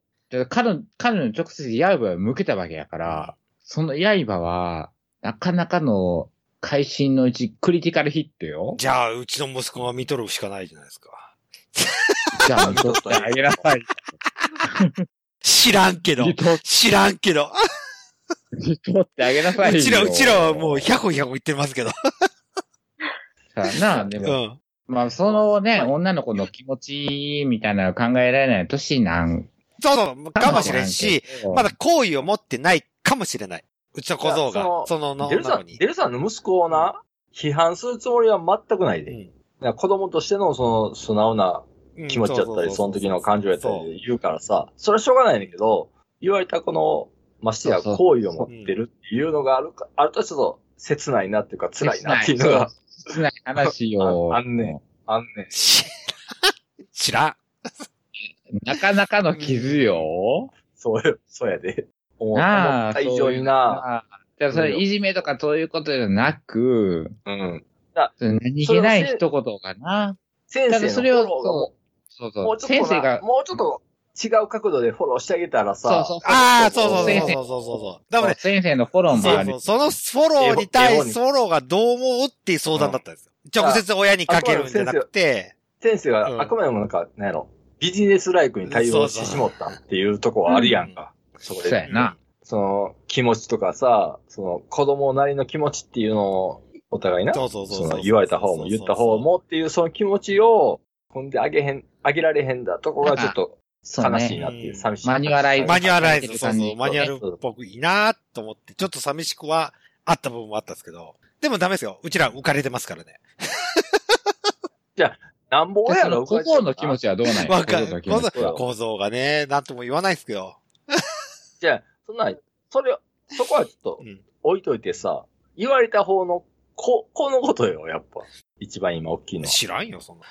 Speaker 2: 彼の、彼の直接刃を向けたわけやから、その刃は、なかなかの、会心のうち、クリティカルヒットよ。
Speaker 1: じゃあ、うちの息子が見とるしかないじゃないですか。
Speaker 2: じゃあ、取ってあげなさい。
Speaker 1: 知らんけど。知らんけど。
Speaker 2: 取ってあげなさいよ。
Speaker 1: うちら、うちらはもう、100歩100歩言ってますけど。
Speaker 2: さあなあ、で
Speaker 1: う
Speaker 2: も、
Speaker 1: ん。
Speaker 2: まあ、そのね、女の子の気持ちみたいなの考えられない年なん
Speaker 1: そうそう、かもしれんし、まだ
Speaker 2: だ、
Speaker 1: 好意を持ってないかもしれない。うちの小僧
Speaker 3: いや
Speaker 1: が、その女
Speaker 3: デルさ
Speaker 1: の子
Speaker 3: ん、
Speaker 1: に。
Speaker 3: デルさんの息子をな、批判するつもりは全くないで。
Speaker 1: うん
Speaker 3: だから子供としてのその素直な
Speaker 1: うん
Speaker 3: 気持ちやったり、その時の感情やった
Speaker 1: そう
Speaker 3: り言うからさ、それはしょうがないんだけど、言われたこの、まして
Speaker 2: そ
Speaker 3: や
Speaker 2: うそう
Speaker 3: 好意を持ってるっていうのがあるか、あるとちょっと切ないなっていうか辛いなっていうのが、
Speaker 2: そう。切ない話を。
Speaker 3: ああんねあんねん。
Speaker 1: 知らん知らん。
Speaker 2: なかなかの傷よ。
Speaker 3: そうよ、そうやで。思った
Speaker 2: な
Speaker 3: 思
Speaker 2: あ、
Speaker 3: った以上にな、
Speaker 2: そういう。じゃあ、それ、いじめとかそういうことではなく、
Speaker 3: うん。
Speaker 2: その何気ない一言がな。
Speaker 3: 先
Speaker 2: だ
Speaker 3: 生
Speaker 2: から
Speaker 3: の
Speaker 2: それを、
Speaker 3: フォローがも
Speaker 2: そう
Speaker 3: う
Speaker 2: そ
Speaker 3: もう
Speaker 2: う。
Speaker 3: ちょ
Speaker 2: 先
Speaker 3: っと
Speaker 2: 生
Speaker 3: な、
Speaker 2: が、
Speaker 3: もうちょっと違う角度でフォローしてあげたら
Speaker 2: そう
Speaker 3: さ、
Speaker 2: そうそう。
Speaker 1: ああ、そうそうそう
Speaker 2: 先
Speaker 1: そう
Speaker 2: 生
Speaker 1: そうそう。だからね、
Speaker 2: 先生のフォローも
Speaker 1: そ
Speaker 2: あ
Speaker 1: う
Speaker 2: る
Speaker 1: そう。そのフォローに対し
Speaker 3: 絵本に
Speaker 1: フォローがどう思うっていう相談だったんですよ。
Speaker 3: ん
Speaker 1: 直接親にかけるんじゃなくて、
Speaker 3: 先生
Speaker 1: うん
Speaker 3: はあくまでもなんか、なんやろ、ビジネスライクに対応してしもったっていうとこはあるやんか。そこ
Speaker 2: そうや
Speaker 3: で。
Speaker 2: な。
Speaker 3: その気持ちとかさ、その子供なりの気持ちっていうのをお互いな、
Speaker 1: そ
Speaker 3: そう
Speaker 1: そうそうそう
Speaker 3: の言われた方も言った方もっていうその気持ちを、ほんであげへん、あげられへんだとこがちょっと
Speaker 2: そう
Speaker 3: 悲し
Speaker 2: ね。
Speaker 3: いなっていう、寂しい。
Speaker 2: マニュアライズ
Speaker 1: マニュアライズ、
Speaker 2: 書いてる
Speaker 1: そう
Speaker 2: 感じ
Speaker 1: そう、マニュアルっぽくいいなと思って、ちょっと寂しくはあった部分もあったんですけど、でもダメですよ。うちら浮かれてますからね。
Speaker 3: なんぼや
Speaker 2: そ
Speaker 3: ろ、
Speaker 2: の個々の気持ちはどうなんや
Speaker 1: わか
Speaker 2: 個々の
Speaker 1: る。
Speaker 2: 気持
Speaker 1: 構造
Speaker 2: ち
Speaker 3: そうだろ
Speaker 1: 構造がね、なんとも言わないですけど。
Speaker 3: じゃあ、そんな、それ、そこはちょっと
Speaker 1: うん
Speaker 3: 置いといてさ、言われた方の、こ、このことよ、やっぱ。一番今大きいのは。
Speaker 1: 知らんよ、そんな。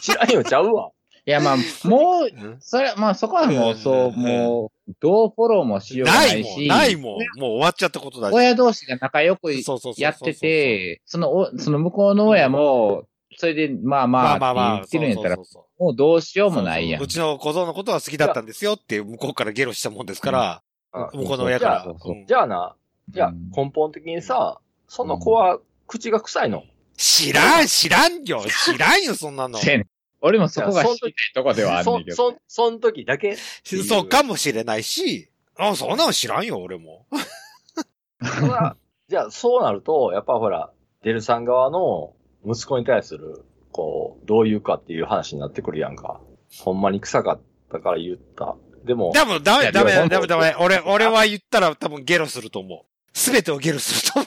Speaker 3: 知らんよ、ちゃうわ。
Speaker 2: いや、まあ、もう、
Speaker 1: うん
Speaker 2: それ、まあそこはもう、そう、
Speaker 1: うん
Speaker 2: もう、どうフォローもしようが
Speaker 1: な
Speaker 2: ないい
Speaker 1: も
Speaker 2: し、
Speaker 1: ん、ないもん。もう終わっちゃったことだし。
Speaker 2: 親同士が仲良く
Speaker 1: そうそうそうそう
Speaker 2: やって、て、その、おその向こうの親も、それで、まあ
Speaker 1: ま
Speaker 2: ま
Speaker 1: あまあま
Speaker 2: あ、
Speaker 1: あ、
Speaker 2: って言ってるんやったら
Speaker 1: そう、そうそう
Speaker 2: もうどうしよ
Speaker 1: そう
Speaker 2: もないやん
Speaker 1: う。ちの小僧のことは好きだったんですよって、向こうからゲロしたもんですから、
Speaker 3: あ
Speaker 1: 向こうの親から。
Speaker 2: そうそうそう
Speaker 1: うん
Speaker 3: じゃあな、じゃ
Speaker 2: う
Speaker 3: あ
Speaker 2: ん
Speaker 3: 根本的にさ、その子は口が臭いの。
Speaker 1: 知らん、知らんよ、知らんよ、そんな
Speaker 2: <laughs>
Speaker 1: の。
Speaker 2: せやねん俺もそこが知りたいとこではあるん
Speaker 3: そ
Speaker 2: だけ、ど。
Speaker 3: そ、 <laughs> その時だけ。いう
Speaker 1: そうかもしれないし、あ、そんなの知らんよ、俺も。
Speaker 3: それはじゃあそうなると、やっぱほら、デルさん側の息子に対する、こう、どういうかっていう話になってくるやんか。ほんまに臭かったから言った。でも、
Speaker 1: でも、ダ
Speaker 2: い
Speaker 1: メ、
Speaker 2: や
Speaker 1: ダメ、
Speaker 2: でも
Speaker 1: ダメ、ダメ。俺、俺は言ったら多分ゲロすると思う。すべてをゲロすると思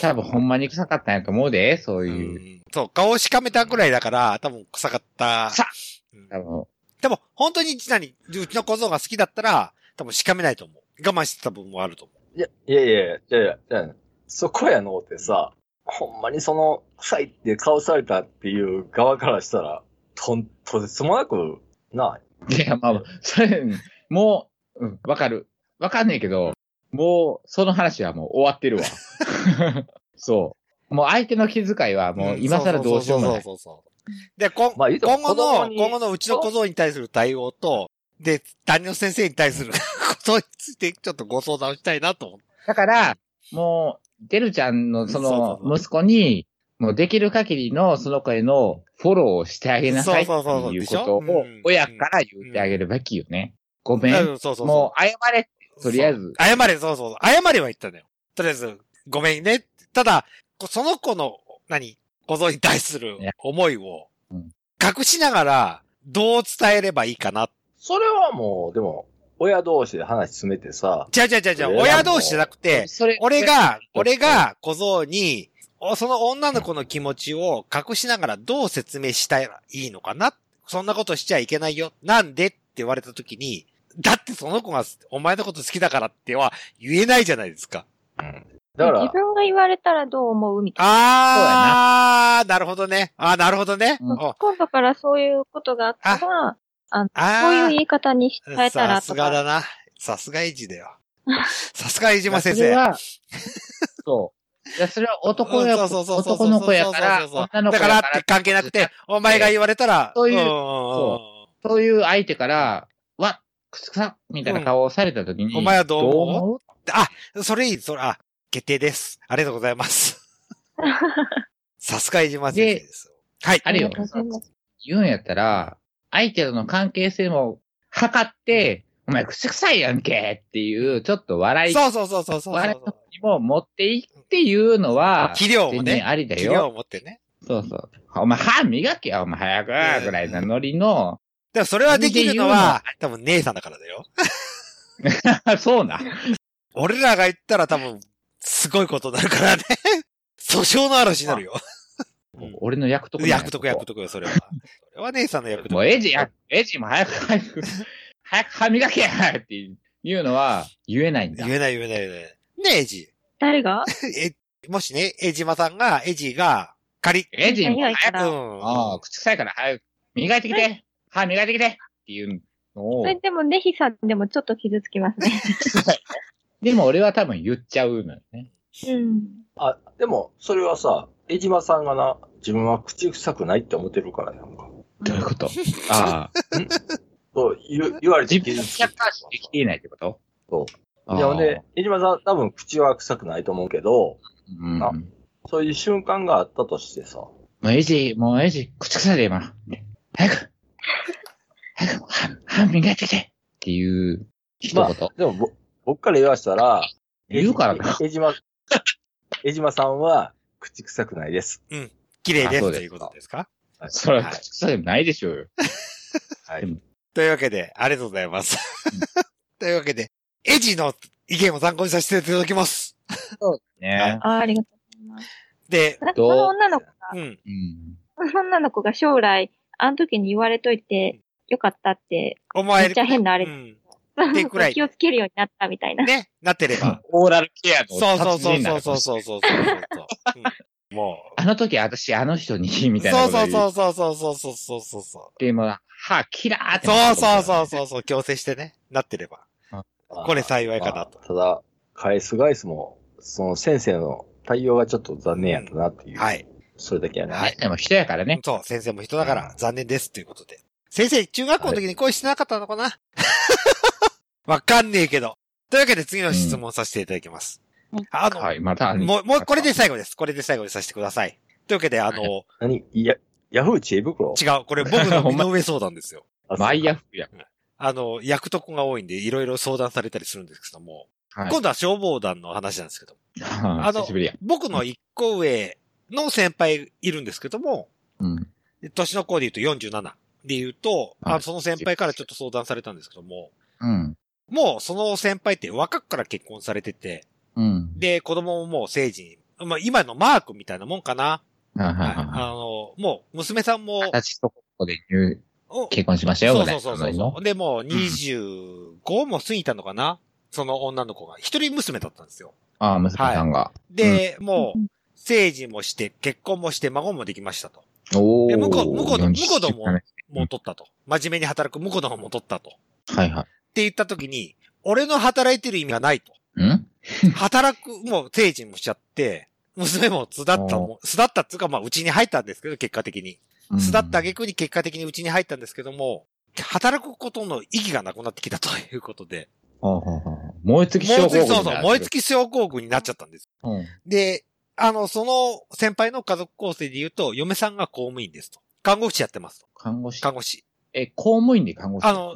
Speaker 2: 多分ほんまに臭かったんやと思うで、そう
Speaker 1: う。
Speaker 2: い
Speaker 1: う
Speaker 2: う。
Speaker 1: んそう、顔をしかめたくらいだから、多分臭かった。
Speaker 2: 臭っ
Speaker 1: うん
Speaker 2: 多分
Speaker 1: でも、本当に、何、うちの小僧が好きだったら、多分しかめないと思う。我慢してた部分もあると思う。
Speaker 3: いや、いやいやいや、いやいやいや、そこやのってさ、ほんまにその、臭いって顔されたっていう側からしたら、とん、とてつもなく、ない。
Speaker 2: いや、まあ、それ、もう、うん、わかる。わかんねえけど、もう、その話はもう終わっ
Speaker 1: <laughs>
Speaker 2: てるわ。そう。もう相手の気遣いはもう今更どうしようもない。
Speaker 1: そうそうそうそう。で、こん
Speaker 3: まあ言うても
Speaker 1: 今後
Speaker 3: 子供
Speaker 1: の、
Speaker 3: に
Speaker 1: 今後のうちの小僧に対する対応と、で、担任の先生に対することについて、ちょっとご相談をしたいなと思って。
Speaker 2: だから、もう、てるちゃんのそ
Speaker 1: そう
Speaker 2: の
Speaker 1: そうそう
Speaker 2: 息子に、もうできる限りのその子へのフォローをしてあげなさいって
Speaker 1: そうそうそうそう
Speaker 2: いう
Speaker 1: で
Speaker 2: こ
Speaker 1: しょ
Speaker 2: とを
Speaker 1: うん
Speaker 2: 親から言ってあげるべきよね。ごめ。
Speaker 1: うんんそうそうそう。
Speaker 2: もう謝れ。とりあえず
Speaker 1: そう謝れ、そうそうそう。謝れは言ったのよ。とりあえず、ごめんね。ただ、こその子の、何、小僧に対する
Speaker 2: いや
Speaker 1: 思いを
Speaker 2: うん、
Speaker 1: 隠しながら、どう伝えればいいかな。
Speaker 3: それはもう、でも、親同士で話詰めてさ、
Speaker 1: じゃじゃじゃじゃ
Speaker 3: それはもう
Speaker 1: 親同士じゃなくて、
Speaker 2: <laughs> それ
Speaker 1: 俺、が、俺が小僧に、おその女の子の気持ちを隠しながらどう説明したらいいのかなそんなことしちゃいけないよ。なんでって言われた時に、だってその子がお前のこと好きだからっては言えないじゃないですか。
Speaker 3: だか
Speaker 4: 自
Speaker 3: ら、
Speaker 4: 分が言われたらどう思うみたいな。
Speaker 1: あー、なるほどね。あー、なるほどね。
Speaker 2: うん
Speaker 1: お
Speaker 4: 今度からそういうことがあったら、こういう
Speaker 1: あ
Speaker 4: 言い方に変え
Speaker 1: ー、
Speaker 4: たら
Speaker 1: さす
Speaker 4: と
Speaker 1: が
Speaker 4: <laughs> か。
Speaker 1: だな。さすがエイジだよ。さすがエイジマ先
Speaker 2: それ
Speaker 1: 生。
Speaker 2: は、 <laughs> そう。いや、それは男や、
Speaker 1: うんそうそうそうそう
Speaker 2: 男の子やか
Speaker 1: そ
Speaker 2: ら、
Speaker 1: うそうそう
Speaker 2: 女の子
Speaker 1: だ
Speaker 2: や
Speaker 1: から
Speaker 2: から
Speaker 1: っ、て関係なくて、お前が言われたら、
Speaker 2: そういうん
Speaker 1: んんん
Speaker 2: そそういう相手から、わっ、くすくさみたいな顔をされたときに、
Speaker 1: うんお前はどう思う
Speaker 2: 思う
Speaker 1: それいい、それ、あ、決定です。ありがとうございます。 <laughs> さすが江島先生です。はい。
Speaker 2: あるよ
Speaker 4: あり。がとうございます
Speaker 2: 言うんやったら、相手との関係性も測って、お前、くすくさいやんけっていう、ちょっと笑い、
Speaker 1: そうそうそうそうそうそう
Speaker 2: 笑いの方にも持っていっていうのは、
Speaker 1: 肥料も
Speaker 2: 全
Speaker 1: ね
Speaker 2: 然、ありだ
Speaker 1: 肥料
Speaker 2: よ。
Speaker 1: を持ってね。
Speaker 2: そうそう。お前、歯磨けや、お前、早くぐらいなノリの、 <laughs>
Speaker 1: でもそれはできるのは、多分姉さんだからだよ。
Speaker 2: そうな。
Speaker 1: 俺らが言ったら多分、すごいことになるからね。 <laughs> 訴訟の嵐になるよ。うん
Speaker 2: 俺の役得なんや
Speaker 1: 役得役得よ、それは。それは姉さんの役得。
Speaker 2: もうエイジや、エイジも早く、早く、早く歯磨けやっていうのは言えないんだ。
Speaker 1: 言えない言えない言えない。ねえ、エイジ。
Speaker 4: <laughs> 誰が
Speaker 1: え、もしね、江島さんが、エイジが、仮。
Speaker 2: エイジも早
Speaker 1: う
Speaker 2: く、
Speaker 1: ん。
Speaker 2: ああ、口臭いから早く、磨いてきて、歯磨いてきてっていうの
Speaker 4: そ
Speaker 2: を、
Speaker 4: れでも、ネヒさんでもちょっと傷つきます <laughs> ね。
Speaker 2: でも俺は多分言っちゃうのよね。
Speaker 4: うん。
Speaker 3: あ、でも、それはさ、江島さんがな、自分は口臭くないって思ってるからやんか。
Speaker 2: どういうことああ、
Speaker 3: そう、言う言われて
Speaker 2: 自分の客観視できていないってこと
Speaker 3: そう
Speaker 2: ああ。
Speaker 3: で、ほんで、江島さん多分口は臭くないと思うけど、
Speaker 2: うん、
Speaker 3: あ
Speaker 2: も
Speaker 3: そういう瞬間があったとしてさ、
Speaker 2: うエイジ、もうエイジ、口臭いで今。早く、早く、歯歯磨いてきてっていう一言。
Speaker 3: まあ、でもぼ僕から言わしたら、
Speaker 2: 言うからな。
Speaker 3: 江島、江島さんは口臭くないです。
Speaker 1: 綺麗で
Speaker 2: あそ
Speaker 1: す
Speaker 2: うで
Speaker 1: と
Speaker 2: す
Speaker 1: いうことですか
Speaker 2: それは口臭いでもないでしょうよ。
Speaker 3: はい。
Speaker 1: というわけで、ありがとうございます。 <laughs> というわけで、エジの意見を参考にさせていただきます。
Speaker 2: ね。
Speaker 4: あーありがとうございます。
Speaker 1: で、
Speaker 4: なんかその女の子が、
Speaker 1: うん。
Speaker 2: うん。
Speaker 4: その女の子が将来、あの時に言われといて、よかったって、
Speaker 1: お前、
Speaker 4: めっちゃ変なあれ
Speaker 1: うんてくらい
Speaker 4: 気をつけるようになったみた <laughs> いな。
Speaker 1: ね、なってれば。
Speaker 2: オーラルケアの
Speaker 1: そうそう
Speaker 2: 達人
Speaker 1: そう
Speaker 2: にな
Speaker 1: そ
Speaker 2: る
Speaker 1: うそうそうそうそうそう。うんも
Speaker 2: あの時私、あの人に、み
Speaker 1: う。
Speaker 2: たいな
Speaker 1: そ
Speaker 2: こ
Speaker 1: う
Speaker 2: と言
Speaker 1: そ
Speaker 2: っ
Speaker 1: う
Speaker 2: て。
Speaker 1: そうそうそうそうそうそうそうそう。
Speaker 2: でも、歯、キラーって
Speaker 1: そう
Speaker 2: なってるか
Speaker 1: そ
Speaker 2: ら
Speaker 1: うそうそうそう、強制してね、なってれば。これ幸いかなと
Speaker 3: まあただ、返す返すも、その先生の対応がちょっと残念やったなっていう。
Speaker 1: はい。
Speaker 3: それだけやね。
Speaker 1: はい
Speaker 2: でも人やからね。
Speaker 1: そう、先生も人だから残念ですということで。先生、中学校の時に恋してなかったのかな <laughs> わかんねえけど。というわけで次の質問させていただきます。
Speaker 4: うん
Speaker 1: あの、
Speaker 2: はい、また。
Speaker 1: もう、もうこれで最後です。これで最後にさせてください。というわけで、あの、違
Speaker 3: 何いや、ヤフー知恵袋
Speaker 1: う、これ僕
Speaker 2: <laughs>
Speaker 1: の身の上相談ですよ。
Speaker 3: あ
Speaker 2: マイヤフや。
Speaker 1: あの、役とこが多いんで、いろいろ相談されたりするんですけども、
Speaker 2: はい。
Speaker 1: 今度は消防団の話なんですけど、
Speaker 2: あ
Speaker 1: の
Speaker 2: 久しぶりや。
Speaker 1: 僕の一個上の先輩いるんですけども、
Speaker 2: うん。
Speaker 1: 年の子で言うと47で言うと、あ
Speaker 2: は
Speaker 1: の
Speaker 2: い
Speaker 1: その先輩からちょっと相談されたんですけども、
Speaker 2: うん。
Speaker 1: もうその先輩って若くから結婚されてて、
Speaker 2: うん。
Speaker 1: で、子供ももう成人、まあ今のマークみたいなもんかな。
Speaker 2: はいは
Speaker 1: は
Speaker 2: い
Speaker 1: い、
Speaker 2: はいは
Speaker 1: あの、もう娘さんも、
Speaker 2: い。私とここで入
Speaker 1: うん
Speaker 2: 結婚しましたよ、
Speaker 1: そう
Speaker 2: ぐら
Speaker 1: そう
Speaker 2: い
Speaker 1: そうそう
Speaker 2: なのに
Speaker 1: そ
Speaker 2: の
Speaker 1: う。で、もう25も過ぎたのかな、その女の子が。一人娘だったんですよ。
Speaker 2: ああ、娘さんが。
Speaker 1: で、も
Speaker 4: う、
Speaker 1: うん成人もして、結婚もして、孫もできましたと。
Speaker 2: お
Speaker 1: で
Speaker 2: ー。
Speaker 1: 向こう向こうと
Speaker 2: 47
Speaker 1: 向こうとも
Speaker 2: は
Speaker 1: もう取ったと。真面目に働く婿の方も取ったと。っ
Speaker 2: いは
Speaker 1: て言った時に、俺の働いてる意味がないと。
Speaker 2: い。ん
Speaker 1: 働く、もう成人もしちゃって、娘も巣立ったも、巣立ったっていうか、まあ、うちに入ったんですけど、結果的に。巣立った
Speaker 2: げ
Speaker 1: 挙句に結果的にうちに入ったんですけども、働くことの意義がなくなってきたということで、
Speaker 2: 燃え尽き
Speaker 1: 燃え
Speaker 2: 症候
Speaker 1: 尽
Speaker 2: 群
Speaker 1: き、そうそう、燃え尽
Speaker 2: き。
Speaker 1: き症候群になっちゃったんです。
Speaker 2: うん
Speaker 1: で、あの、その先輩の家族構成で言うと、嫁さんが公務員ですと。看護師やってますと。
Speaker 2: 看護師。
Speaker 1: 看護師。
Speaker 2: え、公務員で看護師
Speaker 1: あの、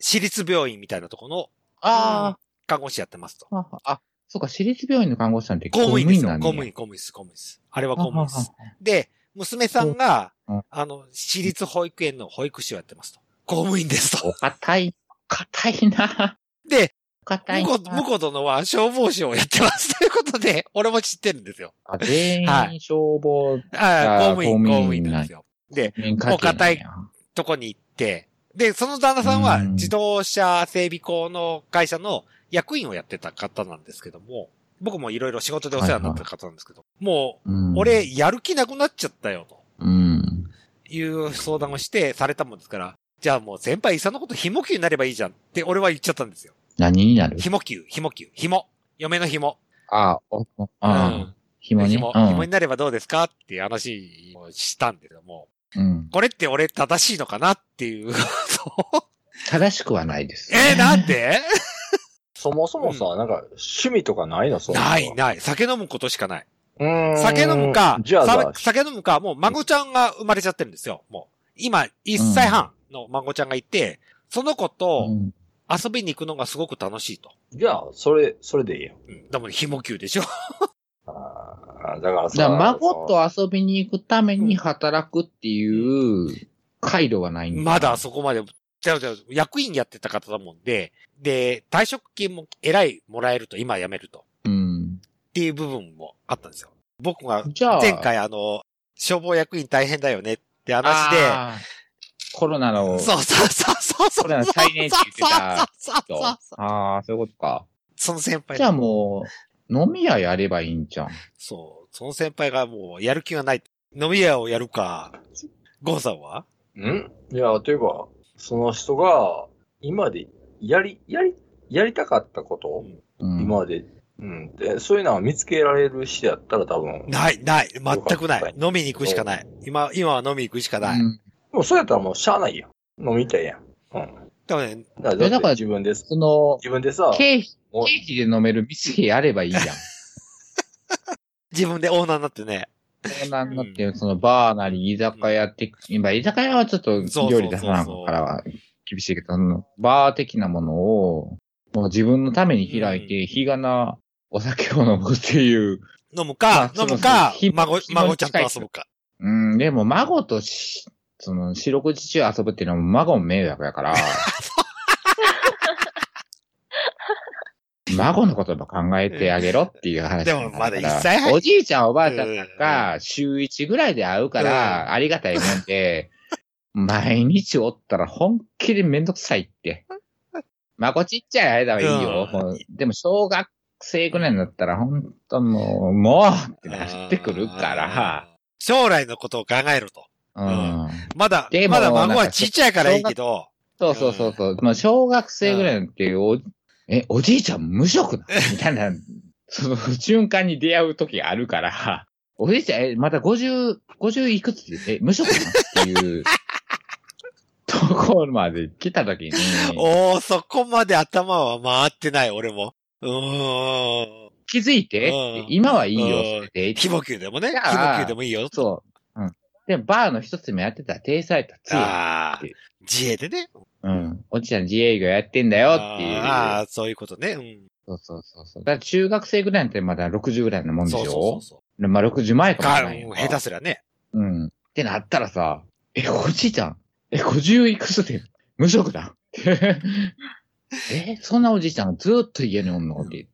Speaker 1: 私立病院みたいなとこの
Speaker 2: あ
Speaker 1: 看護師やってますと。
Speaker 2: あ、ああ、そうか、私立病院の看護師さんって
Speaker 1: 公務員ですよ。
Speaker 2: なん
Speaker 1: 公
Speaker 2: だ
Speaker 1: 務員、公務員です、公務員です。あれは公務員で
Speaker 2: あ
Speaker 1: す。で、娘さんが
Speaker 2: うん、
Speaker 1: あの、私立保育園の保育士をやってますと。公務員です
Speaker 2: お
Speaker 1: と。
Speaker 2: 堅い、堅いな。 <laughs>
Speaker 1: で、
Speaker 2: お堅い
Speaker 1: 向
Speaker 2: な。
Speaker 1: こう、向こう殿は消防士をやってますということで、俺も知ってるんですよ。
Speaker 2: あ全
Speaker 1: は
Speaker 2: 員消防
Speaker 1: ああ、公務員、公
Speaker 2: 公
Speaker 1: 務
Speaker 2: 務
Speaker 1: 員
Speaker 2: 員
Speaker 1: なんですよ。で、
Speaker 2: 員
Speaker 1: お堅い
Speaker 2: 家系なんや
Speaker 1: とこに行って、で、その旦那さんは
Speaker 2: うん
Speaker 1: 自動車整備工の会社の役員をやってた方なんですけども、僕もいろいろ仕事でお世話になった方なんですけど、も
Speaker 2: う
Speaker 1: う、
Speaker 2: ん、
Speaker 1: 俺、やる気なくなっちゃったよ、と
Speaker 2: うん。
Speaker 1: いう相談をして、されたもんですから、じゃあもう先輩、いっそのこと、紐球になればいいじゃんって俺は言っちゃったんですよ。
Speaker 2: 何になる
Speaker 1: 紐球、紐球、紐。嫁の紐。
Speaker 2: あ、お、お
Speaker 1: う
Speaker 2: あ、。紐ね。
Speaker 1: 紐、
Speaker 2: うん
Speaker 1: 紐になればどうですかっていう話をしたんですけども、
Speaker 2: うん。
Speaker 1: これって俺正しいのかなっていう <laughs> ことを
Speaker 2: 正しくはないです。
Speaker 1: えー、なんで
Speaker 3: そもそもさ、なんか、趣味とかないのその人は
Speaker 1: ないない。酒飲むことしかない。
Speaker 3: うーん
Speaker 1: 酒飲むか、
Speaker 3: じゃあ
Speaker 1: さ
Speaker 3: さ、
Speaker 1: 酒飲むか、もう孫ちゃんが生まれちゃってるんですよ。もう。今、1歳半の孫ちゃんがいて、その子
Speaker 2: う
Speaker 1: と
Speaker 2: ん
Speaker 1: 遊びに行くのがすごく楽しいと。
Speaker 3: じゃあ、それ、それでいいよ。
Speaker 1: うん。だもん、紐球でしょ。
Speaker 3: あーだからさ、
Speaker 2: だから孫と遊びに行くために働くっていう回路はないん
Speaker 1: まだそこまで、じゃじゃ役員やってた方だもんで、で、退職金もえらいもらえると、今辞めると。
Speaker 2: うん。
Speaker 1: っていう部分もあったんですよ。僕が
Speaker 2: じゃあ、
Speaker 1: 前回あの、消防役員大変だよねって話で、
Speaker 2: あーコロナの、
Speaker 1: そうそうそうそうそう。
Speaker 2: コロナ最年長言ってた
Speaker 1: そうそうそうそうそう
Speaker 2: ああ、そういうことか。
Speaker 1: その先輩
Speaker 2: じゃあもう、飲み屋やればいいんじゃん。
Speaker 1: そう。その先輩がもうやる気がない。飲み屋をやるか。ゴーさんは
Speaker 3: んいや、というか、その人が、今まで、やり、やり、やりたかったこと、
Speaker 2: うん、
Speaker 3: 今まで、うん。で、そういうのは見つけられる人やったら多分。で
Speaker 1: ない、ない。全くな
Speaker 3: よかっ
Speaker 1: い。飲みに行くしかない。今、今は飲みに行くしかない。
Speaker 2: うん
Speaker 3: もそうやったらもうしゃあないやん。飲みたいやん。うん。
Speaker 1: でもね、
Speaker 3: だ
Speaker 2: いやだか
Speaker 3: か
Speaker 2: らら
Speaker 3: 自分です。
Speaker 2: その、
Speaker 3: 自分でさ、
Speaker 2: 経費、
Speaker 3: もう
Speaker 2: 経費で飲める店やればいいじゃん。
Speaker 1: 自分でオーナーになってね。
Speaker 2: そうなんだって、そのバーなり居酒屋って、今居酒屋はちょっと料理出さないからは厳しいけど、あのバー的なものを、もう自分のために開いて、日がなお酒を飲むっていう。
Speaker 1: 飲む
Speaker 2: ま
Speaker 1: か
Speaker 2: あ、
Speaker 1: 飲む
Speaker 2: そうそう
Speaker 1: か
Speaker 2: ひ、
Speaker 1: 孫、
Speaker 2: ひ
Speaker 1: 孫ちゃんと遊ぶか。
Speaker 2: うん、でも孫としその、四六時中遊ぶっていうのは、マゴン迷惑やから。
Speaker 1: <laughs>
Speaker 2: 孫のことも考えてあげろっていう話
Speaker 1: で
Speaker 2: なん
Speaker 1: も
Speaker 2: だか
Speaker 1: ま
Speaker 2: ら。
Speaker 1: だ1歳半
Speaker 2: おじいちゃんおばあちゃん
Speaker 1: うん
Speaker 2: が週1ぐらいで会うからありがたいもんで、毎日おったら本気でめんどくさいって。孫ちっちゃい間はいいよ。
Speaker 1: うん
Speaker 2: もうでも小学生ぐらいになったら本当もう、もうってなってくるから。。
Speaker 1: 将来のことを考えろと。ん
Speaker 2: うん
Speaker 1: まだ
Speaker 2: で、も
Speaker 1: まだ孫はちっちゃいからいいけど、
Speaker 2: そうそうそうそう。まあ、小学生ぐらいのっていう、おえ、おじいちゃん無職なみたいな、その瞬間に出会う時があるから、おじいちゃん、え、また50、50いくつで、え、無職なっ
Speaker 1: <laughs>
Speaker 2: ていう、ところまで来た時に、
Speaker 1: おおそこまで頭は回ってない、俺も。うーん。
Speaker 2: 気づいて
Speaker 1: うん、
Speaker 2: 今はいいよ
Speaker 1: うん
Speaker 2: って、
Speaker 1: 規模級でもね、
Speaker 2: じゃ
Speaker 1: 規
Speaker 2: あ
Speaker 1: 模級でもいいよ。
Speaker 2: そう。うん。で、バーの一つ目やってたら、体裁達也。
Speaker 1: ああ、自営でね。
Speaker 2: うん。おじいちゃん自営業やってんだよっていう。
Speaker 1: ああ、そういうことね。うん。
Speaker 2: そうそうそうそう。だから中学生ぐらいってまだ60ぐらいのもんでしょ
Speaker 1: そうそうそ
Speaker 2: でまあ、60前
Speaker 1: う。
Speaker 2: かもし
Speaker 1: か、
Speaker 2: れな
Speaker 1: う
Speaker 2: い
Speaker 1: ん
Speaker 2: よ。
Speaker 1: 下手すりゃね。
Speaker 2: うん。ってなったらさ、え、おじいちゃん、え、50いくつで無職だ <laughs> え、そんなおじいちゃんがずっと家におんのって。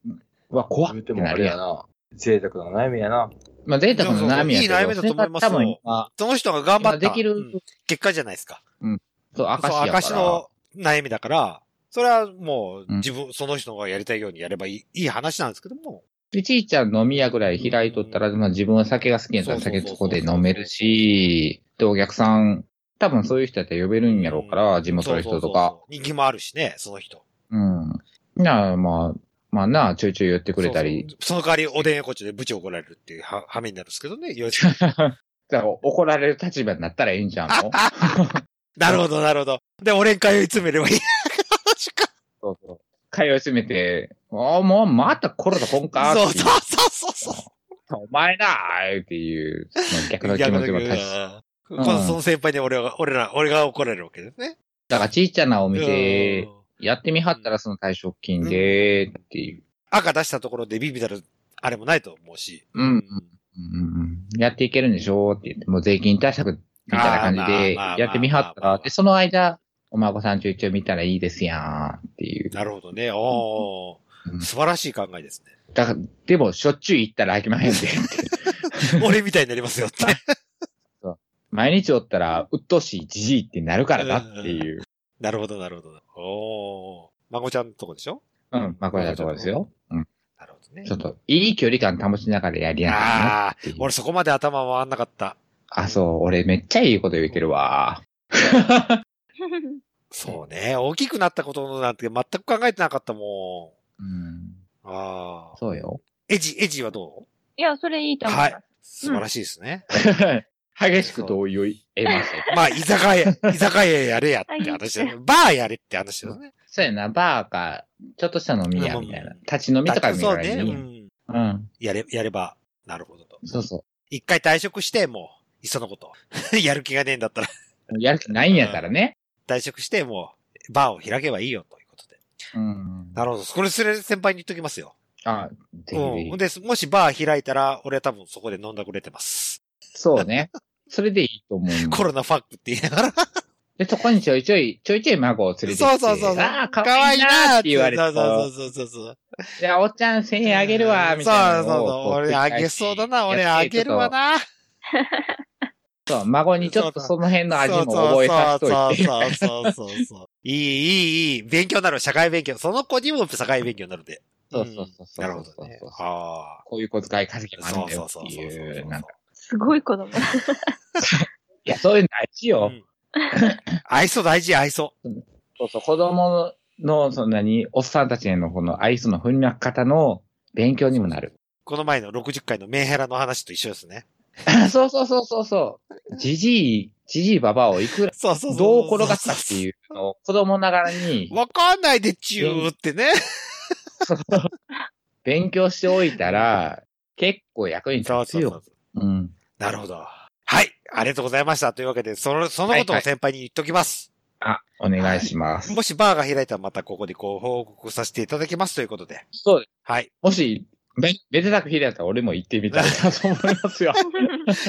Speaker 2: うわ、怖っ
Speaker 3: 言
Speaker 2: っ
Speaker 3: う
Speaker 2: て
Speaker 3: ても
Speaker 2: な
Speaker 3: あ
Speaker 2: る
Speaker 3: れや
Speaker 2: やん。
Speaker 3: な。贅沢な悩みやな。
Speaker 2: まあ、贅沢の悩み
Speaker 1: そうそう
Speaker 2: やけど。
Speaker 1: いい悩みだと思いますよ
Speaker 2: それが多分今、
Speaker 1: その人が頑張
Speaker 2: 今
Speaker 1: った。
Speaker 2: できる、
Speaker 1: うん結果じゃないですか。
Speaker 2: そう、証
Speaker 1: そう、
Speaker 2: やから。
Speaker 1: 証の悩みだから、それはもう
Speaker 2: うん
Speaker 1: 自分、その人がやりたいようにやればいい、いい話なんですけども。
Speaker 2: でちいちゃん飲み屋ぐらい開いとったら、まあ自分は酒が好きやったら酒そこで飲めるし、で、お客さん、多分そういう人やったら呼べるんやろうから、地元の人
Speaker 1: そうそうそ
Speaker 2: と
Speaker 1: う
Speaker 2: か
Speaker 1: そ。う。人気もあるしね、その人。
Speaker 2: うん。なあ、まあ、まあなあ、ちょいちょい寄ってくれたり。
Speaker 1: そうそうその代わりおでん横丁で部長怒られるっていうは、はめになるんですけどね。よろしく
Speaker 2: だから怒られる立場になったらいいんじゃんの
Speaker 1: <laughs> なるほど、なるほど。で、俺に通い詰めればいい。
Speaker 2: そうそう。通い詰めて、ああ、もうまたコロナこんか
Speaker 1: そう
Speaker 2: って
Speaker 1: そうそうそうそ
Speaker 2: お前なあっていう、その逆の
Speaker 1: う。
Speaker 2: 気
Speaker 1: 逆
Speaker 2: 持
Speaker 1: の
Speaker 2: ち
Speaker 1: 気
Speaker 2: も
Speaker 1: 持
Speaker 2: 立
Speaker 1: ち
Speaker 2: ち。
Speaker 1: う
Speaker 2: うん
Speaker 1: ん今度その先輩に俺が、俺ら、俺が怒られるわけですね。
Speaker 2: だからちいちゃなお
Speaker 1: お
Speaker 2: 店、やってみはったらその退職金で、っていう。
Speaker 1: 赤出したところでビビたる、あれもないと思うし。
Speaker 2: うんうんうんうんやっていけるんでしょうって言って、もう税金対策みたいな感じで
Speaker 1: あーまあまあまあまあ
Speaker 2: やってみはっ
Speaker 1: ま
Speaker 2: た
Speaker 1: あまあ
Speaker 2: ら、で、その間、お孫さんちょいちょい見たらいいですやんっていう。
Speaker 1: なるほどね。お
Speaker 2: う
Speaker 1: ー
Speaker 2: ん
Speaker 1: 素晴らしい考えですね。
Speaker 2: だから、でも、しょっちゅう行ったら飽きま <laughs> へんでって。
Speaker 1: <laughs> 俺みたいになりますよって。
Speaker 2: 毎日おったら、鬱陶しいじじいってなるからだっていう。
Speaker 1: なるほど、なるほど。おー。孫ちゃんのとこでしょ
Speaker 2: うん、まあ、これだところですよ。うん。
Speaker 1: なるほどね
Speaker 2: ちょ。っと、いい距離感保ちながらやりやすいな
Speaker 1: ああ
Speaker 2: ってい
Speaker 1: ー
Speaker 2: う。、
Speaker 1: 俺そこまで頭回んなかった。
Speaker 2: あ、そう、俺めっちゃいいこと言ってるわ。
Speaker 1: そうね。大きくなったことなんて全く考えてなかったも
Speaker 2: うん。
Speaker 1: ん。ああ。
Speaker 2: そうよ。
Speaker 1: エジ、エジはどう
Speaker 4: いや、それいいと思いま
Speaker 1: はい。。素
Speaker 4: す
Speaker 1: 晴らしいですね。
Speaker 2: <laughs> 激しく同意を得ましたよ。
Speaker 1: まあ、居酒屋、居酒屋やれやって話だね。バーやれって話だね。
Speaker 2: <laughs> そうやな、バーか、ちょっとした飲み屋みたいな。立ち飲みとか見
Speaker 1: そう
Speaker 2: られ
Speaker 1: ね。
Speaker 2: る
Speaker 1: う
Speaker 2: ね。
Speaker 1: ん。
Speaker 2: うん。
Speaker 1: やれ、やれば、なるほどと。
Speaker 2: そうそ
Speaker 1: 一回退職して、もう、いっそのこと。 <laughs> やる気がねえんだったら、
Speaker 2: う。やる気ないんやったらね。
Speaker 1: 退職して、もう、バーを開けばいいよ、ということで。
Speaker 2: うん。
Speaker 1: なるほど。これ、それ先輩に言っときますよ。
Speaker 2: あ、ぜひぜ
Speaker 1: うん。ほ
Speaker 2: ひ
Speaker 1: ん。で、もしバー開いたら、俺は多分そこで飲んだくれてます。
Speaker 2: <laughs> そうね。それでいいと思う。
Speaker 1: コロナファックって言いながら。
Speaker 2: で、そこにちょいちょい、ちょいちょい孫を連れてきて。
Speaker 1: そうそうそう。
Speaker 2: ああ、かわいいなーって言われて。
Speaker 1: そうそうそ
Speaker 2: い
Speaker 1: うそうそう。
Speaker 2: や、おっちゃん1000円あげるわ、みたいな
Speaker 1: そう
Speaker 2: の
Speaker 1: そ
Speaker 2: を。
Speaker 1: うそう。俺あげそうだな。俺あげるわ
Speaker 2: な。
Speaker 1: な。
Speaker 2: そう、孫にちょっとその辺の味も覚えさせといて。
Speaker 1: そうそうそうそうそうそう。いい、いい、いい。勉強になる。社会勉強。その子にも社会勉強になるで。
Speaker 2: そうそうそうそ
Speaker 1: ん
Speaker 2: う
Speaker 1: なるほどね
Speaker 2: そうそう。そう
Speaker 1: ああ。
Speaker 2: こういう小遣い稼ぎもある
Speaker 1: そ
Speaker 2: ん
Speaker 1: う
Speaker 2: だ
Speaker 1: そ
Speaker 2: よ
Speaker 1: うそう
Speaker 2: って
Speaker 1: そう
Speaker 2: い
Speaker 1: そう
Speaker 2: う。なんか
Speaker 4: すごい子供。
Speaker 2: いや、そういうの大事
Speaker 1: う
Speaker 2: よ。
Speaker 1: ん。愛想大事、愛想。
Speaker 2: そうそう、子供の、そんなに、おっさんたちへのこの愛想の振りまき方の勉強にも
Speaker 1: <laughs>
Speaker 2: なる。
Speaker 1: この前の60回のメンヘラの話と一緒ですね。
Speaker 2: そうそうそうそうそう。じじい、じじいばばをいくら
Speaker 1: そうそうそう。
Speaker 2: どう転がったっていうのを子供ながらに
Speaker 1: わかんないでちゅーってね。
Speaker 2: <laughs> 勉強しておいたら、結構役に立つよ。うん。
Speaker 1: なるほど。はい。ありがとうございました。というわけで、その、そのことを先輩に言っときます。
Speaker 2: あ、お願いしま
Speaker 1: <laughs>
Speaker 2: す。
Speaker 1: もしバーが開いたらまたここでご報告させていただきますということで。
Speaker 2: そうです。
Speaker 1: はい。
Speaker 2: もし、め、めでたく開いたら俺も行ってみたいなと思いますよ。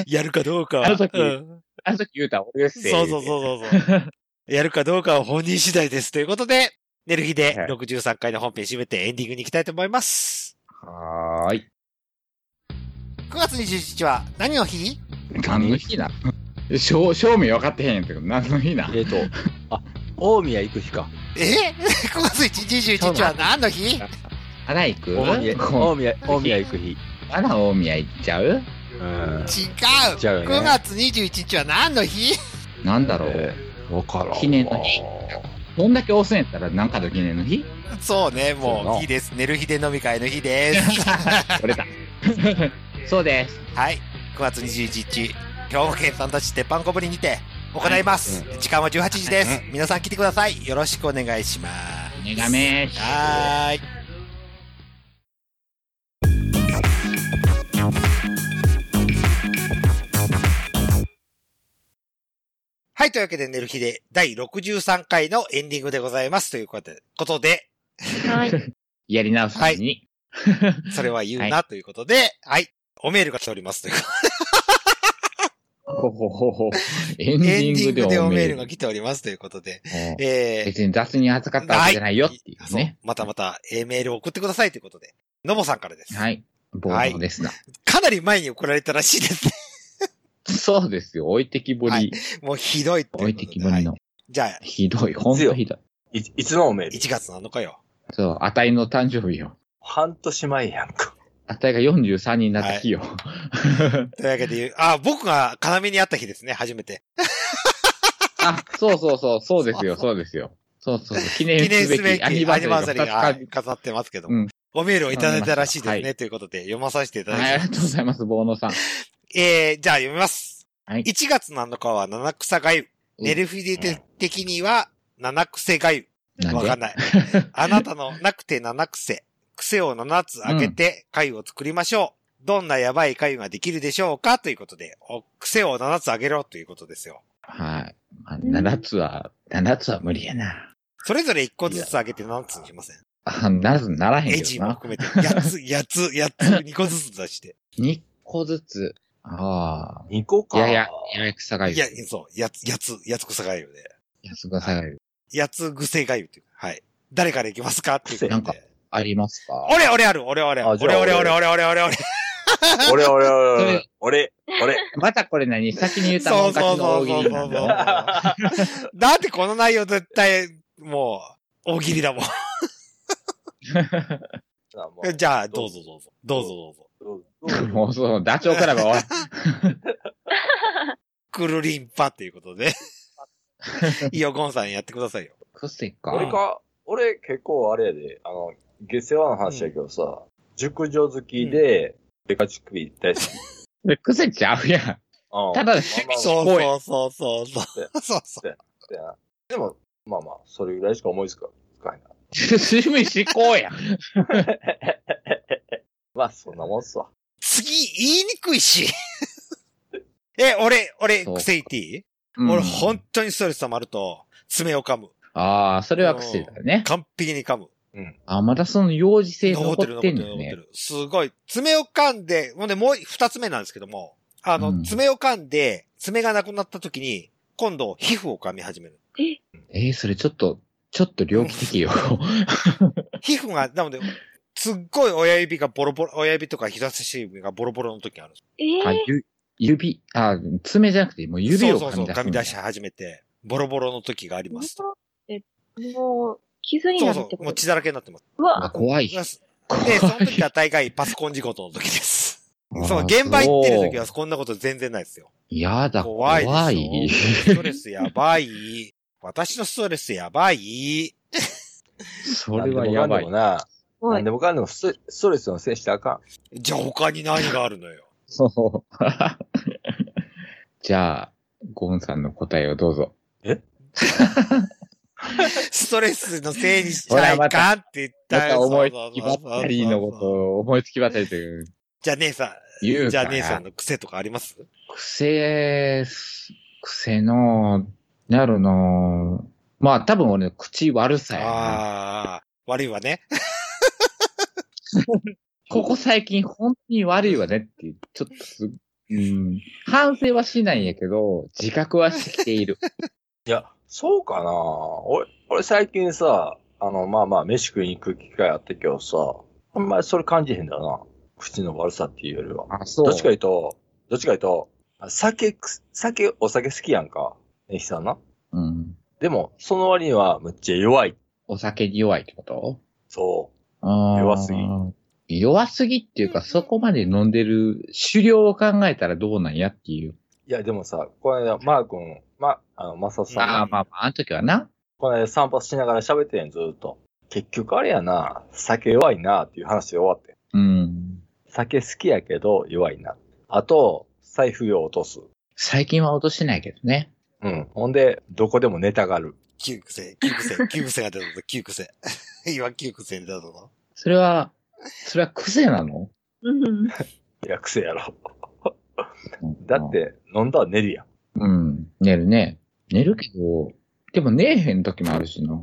Speaker 1: やるかどうかは。
Speaker 2: あの時
Speaker 1: うん
Speaker 5: あの時言うたら俺ですって。
Speaker 1: そうそうそうそうそう。やるかどうかは本人次第です。ということで、寝る日で63回の本編締めてエンディングに行きたいと思います。
Speaker 5: はーい。
Speaker 1: 9月21日は何の日
Speaker 2: 何の日な正正味分かってへんやんけど、何の日な
Speaker 3: えっ、と、あ、大宮行く日か。
Speaker 1: え <laughs> ?9 月21日は何の日
Speaker 2: あら行く <laughs>
Speaker 3: 大宮、大宮、大宮行く日。
Speaker 2: あら大宮行っちゃう
Speaker 3: うん。
Speaker 1: 違う
Speaker 3: 違うよね
Speaker 1: !9 月21日は何の日
Speaker 2: なんだろう、
Speaker 3: えーわからんわ。
Speaker 2: 記念の日どんだけ押すんやったら何かの記念の日
Speaker 1: そうね、
Speaker 3: そう
Speaker 1: も
Speaker 3: な
Speaker 1: う、日です。寝る日で飲み会の日です。
Speaker 2: これだそうです
Speaker 1: はい。9月21日、兵庫県三田市鉄板小ぶりにて行います。時間は18時です。皆さん来てください。よろしくお願いします。
Speaker 2: お願めし
Speaker 1: はーい。はい、というわけで、寝る日で第63回のエンディングでございます。ということでことで、
Speaker 4: <laughs> はい。
Speaker 2: やり直すのに、
Speaker 1: それは言う
Speaker 2: は
Speaker 1: なということで、はい、おメールが来ておりますということで
Speaker 2: ほほほほエンデ
Speaker 1: エンデ
Speaker 2: ィ
Speaker 1: ィ
Speaker 2: ン
Speaker 1: ング
Speaker 2: グ
Speaker 1: で
Speaker 2: で
Speaker 1: お
Speaker 2: お
Speaker 1: メ
Speaker 2: メ
Speaker 1: ー
Speaker 2: ー
Speaker 1: ル
Speaker 2: ル
Speaker 1: が来ておりますということで。
Speaker 2: うん
Speaker 1: えー
Speaker 2: 別に雑に扱ったわけじゃないよっていうね
Speaker 1: そうまたまた、えーメールを送ってくださいということで。のぼさんからです。
Speaker 2: はい冒頭ですな、
Speaker 1: かなり前に送られたらしいですね。 <laughs>
Speaker 2: そうですよ置いてきぼり、
Speaker 1: はいもうひどいっていうこと
Speaker 2: 置
Speaker 1: で。
Speaker 2: いてきぼりの、
Speaker 1: はいじゃあ、
Speaker 2: ひどいほんとひどい
Speaker 3: いいつのおめで
Speaker 1: 1月7日よ。
Speaker 2: そうあたいの誕生日よ
Speaker 3: 半年前やんか。
Speaker 2: あたいが43になった日よ、
Speaker 1: というわけで言う、あ、僕が要に会った日ですね、初めて。
Speaker 2: あ、そうそう
Speaker 1: <laughs>
Speaker 2: そう、そうですよ、そうですよ。そうそうそう、記念
Speaker 1: 記念
Speaker 2: す
Speaker 1: す
Speaker 2: べ
Speaker 1: べ
Speaker 2: き
Speaker 1: き
Speaker 2: ア
Speaker 1: ア
Speaker 2: ニ
Speaker 1: ニ
Speaker 2: バ
Speaker 1: バー
Speaker 2: ーサ
Speaker 1: サ
Speaker 2: リ
Speaker 1: リー
Speaker 2: ーが
Speaker 1: が
Speaker 2: はい
Speaker 1: はい飾ってますけど
Speaker 2: うん
Speaker 1: も。おメールをいただいたらしいです
Speaker 2: わかりま
Speaker 1: ね、ということで読まさせていただき
Speaker 2: あり
Speaker 1: ます。
Speaker 2: がとうございます、ボーノさん。
Speaker 1: えー、じゃあ読みます。
Speaker 2: はい
Speaker 1: 1月7日は七草がゆ。
Speaker 2: うん
Speaker 1: ネルフィデ的には七癖がゆ。
Speaker 2: なん
Speaker 1: わかん
Speaker 2: で <laughs>
Speaker 1: ない。あなたのなくて七癖。癖を七つ開けて回を作りましょう。どんなやばい回ができるでしょうかということで、お癖を七つ上げろということですよ。
Speaker 2: はい。まあ、7つは、7つは無理やな。
Speaker 1: それぞれ一個ずつ上げて七つにしません。
Speaker 2: あ、なずならへ
Speaker 1: エ
Speaker 2: んけ
Speaker 1: ジ
Speaker 2: ど
Speaker 1: も
Speaker 2: な。
Speaker 1: 含めて、八つ、八つ、八
Speaker 2: <laughs>
Speaker 1: つ、二個ずつ出して。
Speaker 2: 2個ずつ。あ
Speaker 3: 2個
Speaker 2: あ。
Speaker 3: か。
Speaker 2: いやいや、ややくさがゆ。
Speaker 1: いや、そう、八つ、八つ、八つ癖がゆで。
Speaker 2: 安くさがゆ。
Speaker 1: 八つ癖がゆという。はい。誰からいきますかっていう
Speaker 2: なん
Speaker 1: こと
Speaker 2: か
Speaker 1: で。
Speaker 2: ありますか
Speaker 1: 俺、俺ある、俺、俺、
Speaker 3: あ
Speaker 1: 俺、
Speaker 3: じゃ
Speaker 1: 俺、
Speaker 3: あ
Speaker 1: 俺、俺、俺、俺、俺、
Speaker 3: 俺、俺、俺、俺、俺、
Speaker 2: またこれ何先に言ったも
Speaker 1: そ
Speaker 2: ん
Speaker 1: う
Speaker 2: 勝
Speaker 1: そう
Speaker 2: ちの
Speaker 1: そ
Speaker 2: 大
Speaker 1: う
Speaker 2: 喜
Speaker 1: そうそ
Speaker 2: 利な
Speaker 1: うん
Speaker 2: だ
Speaker 1: <laughs> そう
Speaker 2: よ。
Speaker 1: だってこの内容絶対、もう、大喜利だもん。 <laughs>
Speaker 3: あもう
Speaker 1: じゃあ、どうぞどうぞ。どうぞどうぞ。
Speaker 3: どうどう
Speaker 2: <laughs>
Speaker 3: ぞ
Speaker 2: もうそう、ダチョウクラブは
Speaker 1: くるりんぱっていうこと <laughs> で。いいよ、ゴンさんやってくださいよ。
Speaker 2: クセ
Speaker 3: 俺
Speaker 2: か。
Speaker 3: か、俺結構あれやで、あの、下世話の話やけどさ、熟女好きで、デカチクビ大好き。
Speaker 2: クセちゃうやん。
Speaker 3: うん
Speaker 2: ただ
Speaker 3: まあ
Speaker 1: そ
Speaker 3: まあ
Speaker 1: うそうそうそうそう。そうそう。
Speaker 3: そうやなでも、まあまあ、それぐらいしか思いつかないな。
Speaker 2: 趣味思考やん。
Speaker 3: まあ、そんなもんっすわ。
Speaker 1: 次、言いにくいし。 <laughs> え、俺、俺、
Speaker 2: そう
Speaker 1: 癖言っていい
Speaker 2: うん
Speaker 1: <laughs> 俺、本当にストレス溜まると、爪を噛む。
Speaker 2: ああ、それは癖だね。
Speaker 1: 完璧に噛む。
Speaker 2: あ、またその幼児性
Speaker 1: 残
Speaker 2: 残
Speaker 1: ってる、
Speaker 2: っ
Speaker 1: 残
Speaker 2: て
Speaker 1: って
Speaker 2: ん
Speaker 1: る、
Speaker 2: の
Speaker 1: 残って
Speaker 2: ね。
Speaker 1: る。すごい。爪を噛んで、もうね、もう二つ目なんですけども、あの、
Speaker 2: うん
Speaker 1: 爪を噛んで、爪がなくなった時に、今度、皮膚を噛み始める。
Speaker 2: えー、それちょっと、ちょっと猟奇的よ。
Speaker 1: 皮膚が、なので、すっごい親指がボロボロ、親指とか人差し指がボロボロの時あるんです
Speaker 4: えー、
Speaker 2: あゆ指、あ、爪じゃなくて、もう指を
Speaker 1: そう
Speaker 2: 噛
Speaker 1: そうそ
Speaker 2: み出
Speaker 1: う、
Speaker 2: す
Speaker 1: 噛
Speaker 2: ん
Speaker 1: み
Speaker 2: だ。
Speaker 1: 出し始めて、ボロボロの時があります。
Speaker 4: えもう、傷に
Speaker 1: そ
Speaker 4: な
Speaker 1: う
Speaker 4: るっ
Speaker 1: そ
Speaker 4: て
Speaker 1: う、
Speaker 4: こ
Speaker 1: も
Speaker 4: と
Speaker 1: う血だらけになってます。
Speaker 4: う
Speaker 2: あ
Speaker 4: わ、
Speaker 2: 怖い。
Speaker 1: で、
Speaker 2: 怖
Speaker 1: その時
Speaker 2: い。
Speaker 1: は大概パソコン事故の時です。
Speaker 2: あ
Speaker 1: そう、現場行ってる時は
Speaker 2: そう
Speaker 1: こんなこと全然ないですよ。
Speaker 2: やだ、怖
Speaker 1: 怖
Speaker 2: い。
Speaker 1: いですよ。ストレスやばい。私のストレスやばい。
Speaker 2: そ <laughs> れはやばい
Speaker 3: なんでも。かんでもな、
Speaker 4: すご
Speaker 3: ないんで。もかんでもストストレスのせいにしてあかん。
Speaker 1: じゃあ他に何があるの
Speaker 2: <laughs>
Speaker 1: よ。
Speaker 2: そうじゃあ、ゴンさんの答えをどうぞ。
Speaker 1: ストレスのせいにしたらいかんって言っ
Speaker 2: ま
Speaker 1: た
Speaker 2: た思いつきばったりのことを思いつきばったりという。
Speaker 1: じゃあ姉さ
Speaker 2: 言うから
Speaker 1: ん、じゃあ姉さんの癖とかあります
Speaker 2: 癖、癖の、なるの、まあ多分俺、口悪さやな。
Speaker 1: ああ、悪いわね。
Speaker 2: ここ最近本当に悪いわねっていう、ちょっとすっうん。反省はしないんやけど、自覚はしてきている。
Speaker 3: いや、そうかな俺、俺最近さ、あの、まあまあ、飯食いに行く機会あったけどさ、あんまりそれ感じへんだよな。口の悪さっていうよりは。
Speaker 2: あ、そう。
Speaker 3: どっちか言うと、どっちか言うと、あ酒くす、酒、お酒好きやんか。ネヒさんな。
Speaker 2: うん。
Speaker 3: でも、その割には、むっちゃ弱い。
Speaker 2: お酒に弱いってこと
Speaker 3: そ
Speaker 2: 弱
Speaker 3: 弱すぎ。
Speaker 2: 弱すぎっていうか、そこまで飲んでる狩猟を考えたらどうなんやっていう。
Speaker 3: う。いや、でもさ、この間、マー君、ま、あの、マサさん
Speaker 2: ああ、
Speaker 3: が、
Speaker 2: まあまあ、あの時はな。
Speaker 3: この間散髪しながら喋ってんやん、ずーっと。結局あれやな、酒弱いな、っていう話で終わって
Speaker 2: う
Speaker 3: ん。
Speaker 2: ん。
Speaker 3: 酒好きやけど弱いな。あと、財布を落とす。
Speaker 2: 最近は落としてないけどね。
Speaker 3: うん。ほんで、どこでもネタがある。
Speaker 1: 9癖、9癖、9癖が <laughs> 出たぞ、9癖。 <laughs> 今9癖出たぞ。
Speaker 2: それは、それは癖なの
Speaker 4: うん。
Speaker 3: いや、癖やろ。だっ。て、飲んだら寝るやん。
Speaker 2: うん。寝るね。寝るけど、でも寝えへん時もあるし
Speaker 3: <laughs>
Speaker 2: な。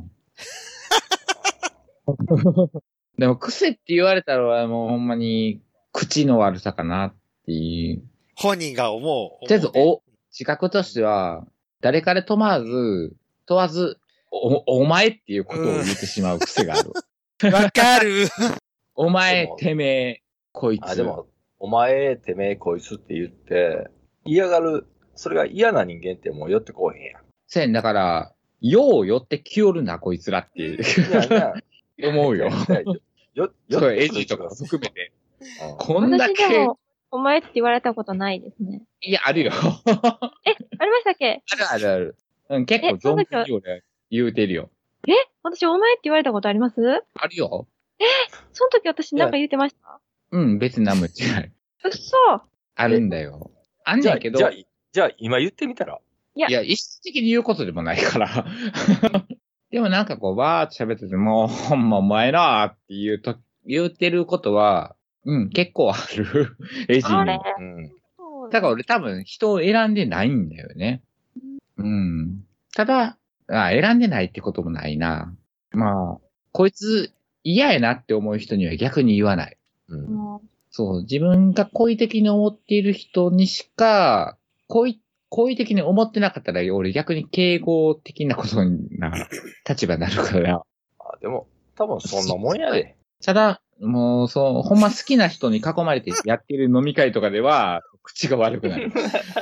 Speaker 2: でも癖って言われたらもうほんまに口の悪さかなっていう。
Speaker 1: 本人が思う。思う
Speaker 2: とりあえず、お、自覚としては、誰かで問わず、問わず、お、お前っていうことを言ってしまう癖がある。
Speaker 1: <laughs> わかる
Speaker 2: <laughs> お前
Speaker 3: でも、
Speaker 2: てめえ、こいつ。
Speaker 3: あ、でも、お前、てめえ、こいつって言って、嫌がる、それが嫌な人間ってもう寄ってこうへんやん。
Speaker 2: せん、だから、よう寄ってきよるな、こいつらっていう
Speaker 3: いやいや
Speaker 2: 思うよ。
Speaker 3: よ、よ
Speaker 2: そう、エジとか含めて。
Speaker 3: うん
Speaker 2: こんだ
Speaker 4: 私で
Speaker 2: け、
Speaker 4: も、お前って言われたことないですね。
Speaker 2: いや、あるよ。 <laughs> あ
Speaker 4: ありましたっけ
Speaker 2: るあるある。うん、結構
Speaker 4: えそん
Speaker 2: 存
Speaker 4: な
Speaker 2: 分に俺言うてるよ。
Speaker 4: え私、お前って言われたことあります
Speaker 2: あるよ。
Speaker 4: その時私なんか言ってました
Speaker 2: うん、別に何も言ってない。
Speaker 4: 嘘
Speaker 2: あるんだよ。あん
Speaker 3: じ
Speaker 2: ね
Speaker 3: ゃ
Speaker 2: ん
Speaker 3: あ、
Speaker 2: けど、
Speaker 3: じゃあ
Speaker 2: い、
Speaker 3: じゃあ今言ってみたら。
Speaker 4: ゃあ
Speaker 2: や、意識的に言うことでもないから。 <laughs> でもなんかこう、わーって喋ってて、もう、ほんまお前なーっていうと、言うてることは、うん、結構ある。 <laughs> エジ
Speaker 4: あ
Speaker 2: に
Speaker 4: れ。
Speaker 3: うん。
Speaker 4: そう
Speaker 2: だから俺多分人を選んでないんだよね。うん。ただ、あ選んでないってこともないな。まあ、こいつ嫌やなって思う人には逆に言わない。
Speaker 3: うん。
Speaker 4: も
Speaker 2: そう、自分が好意的に思っている人にしか、好意、好意的に思ってなかったら、俺逆に敬語的なことにな、立場になるから。
Speaker 3: あ、でも、多分そんなもんやで。
Speaker 2: ただ、もう、そう、ほんま好きな人に囲まれてやってる飲み会とかでは、口が悪くなる。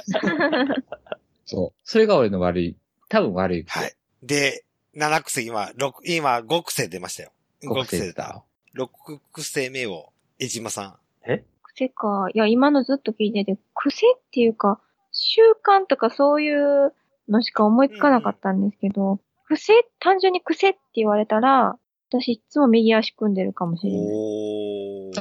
Speaker 4: う
Speaker 2: そう。それが俺の悪い、多分悪い。
Speaker 1: はい。で、7癖、今、六今、5癖出ましたよ。
Speaker 2: ご
Speaker 1: 5
Speaker 2: くせ
Speaker 1: 癖
Speaker 2: ず
Speaker 1: 出た。。6癖目を、江島さん。
Speaker 4: 癖か。いや、今のずっと聞いてて、癖っていうか、習慣とかそういうのしか思いつかなかったんですけど、癖、単純に癖って言われたら、私いつも右足組んでるかもしれない。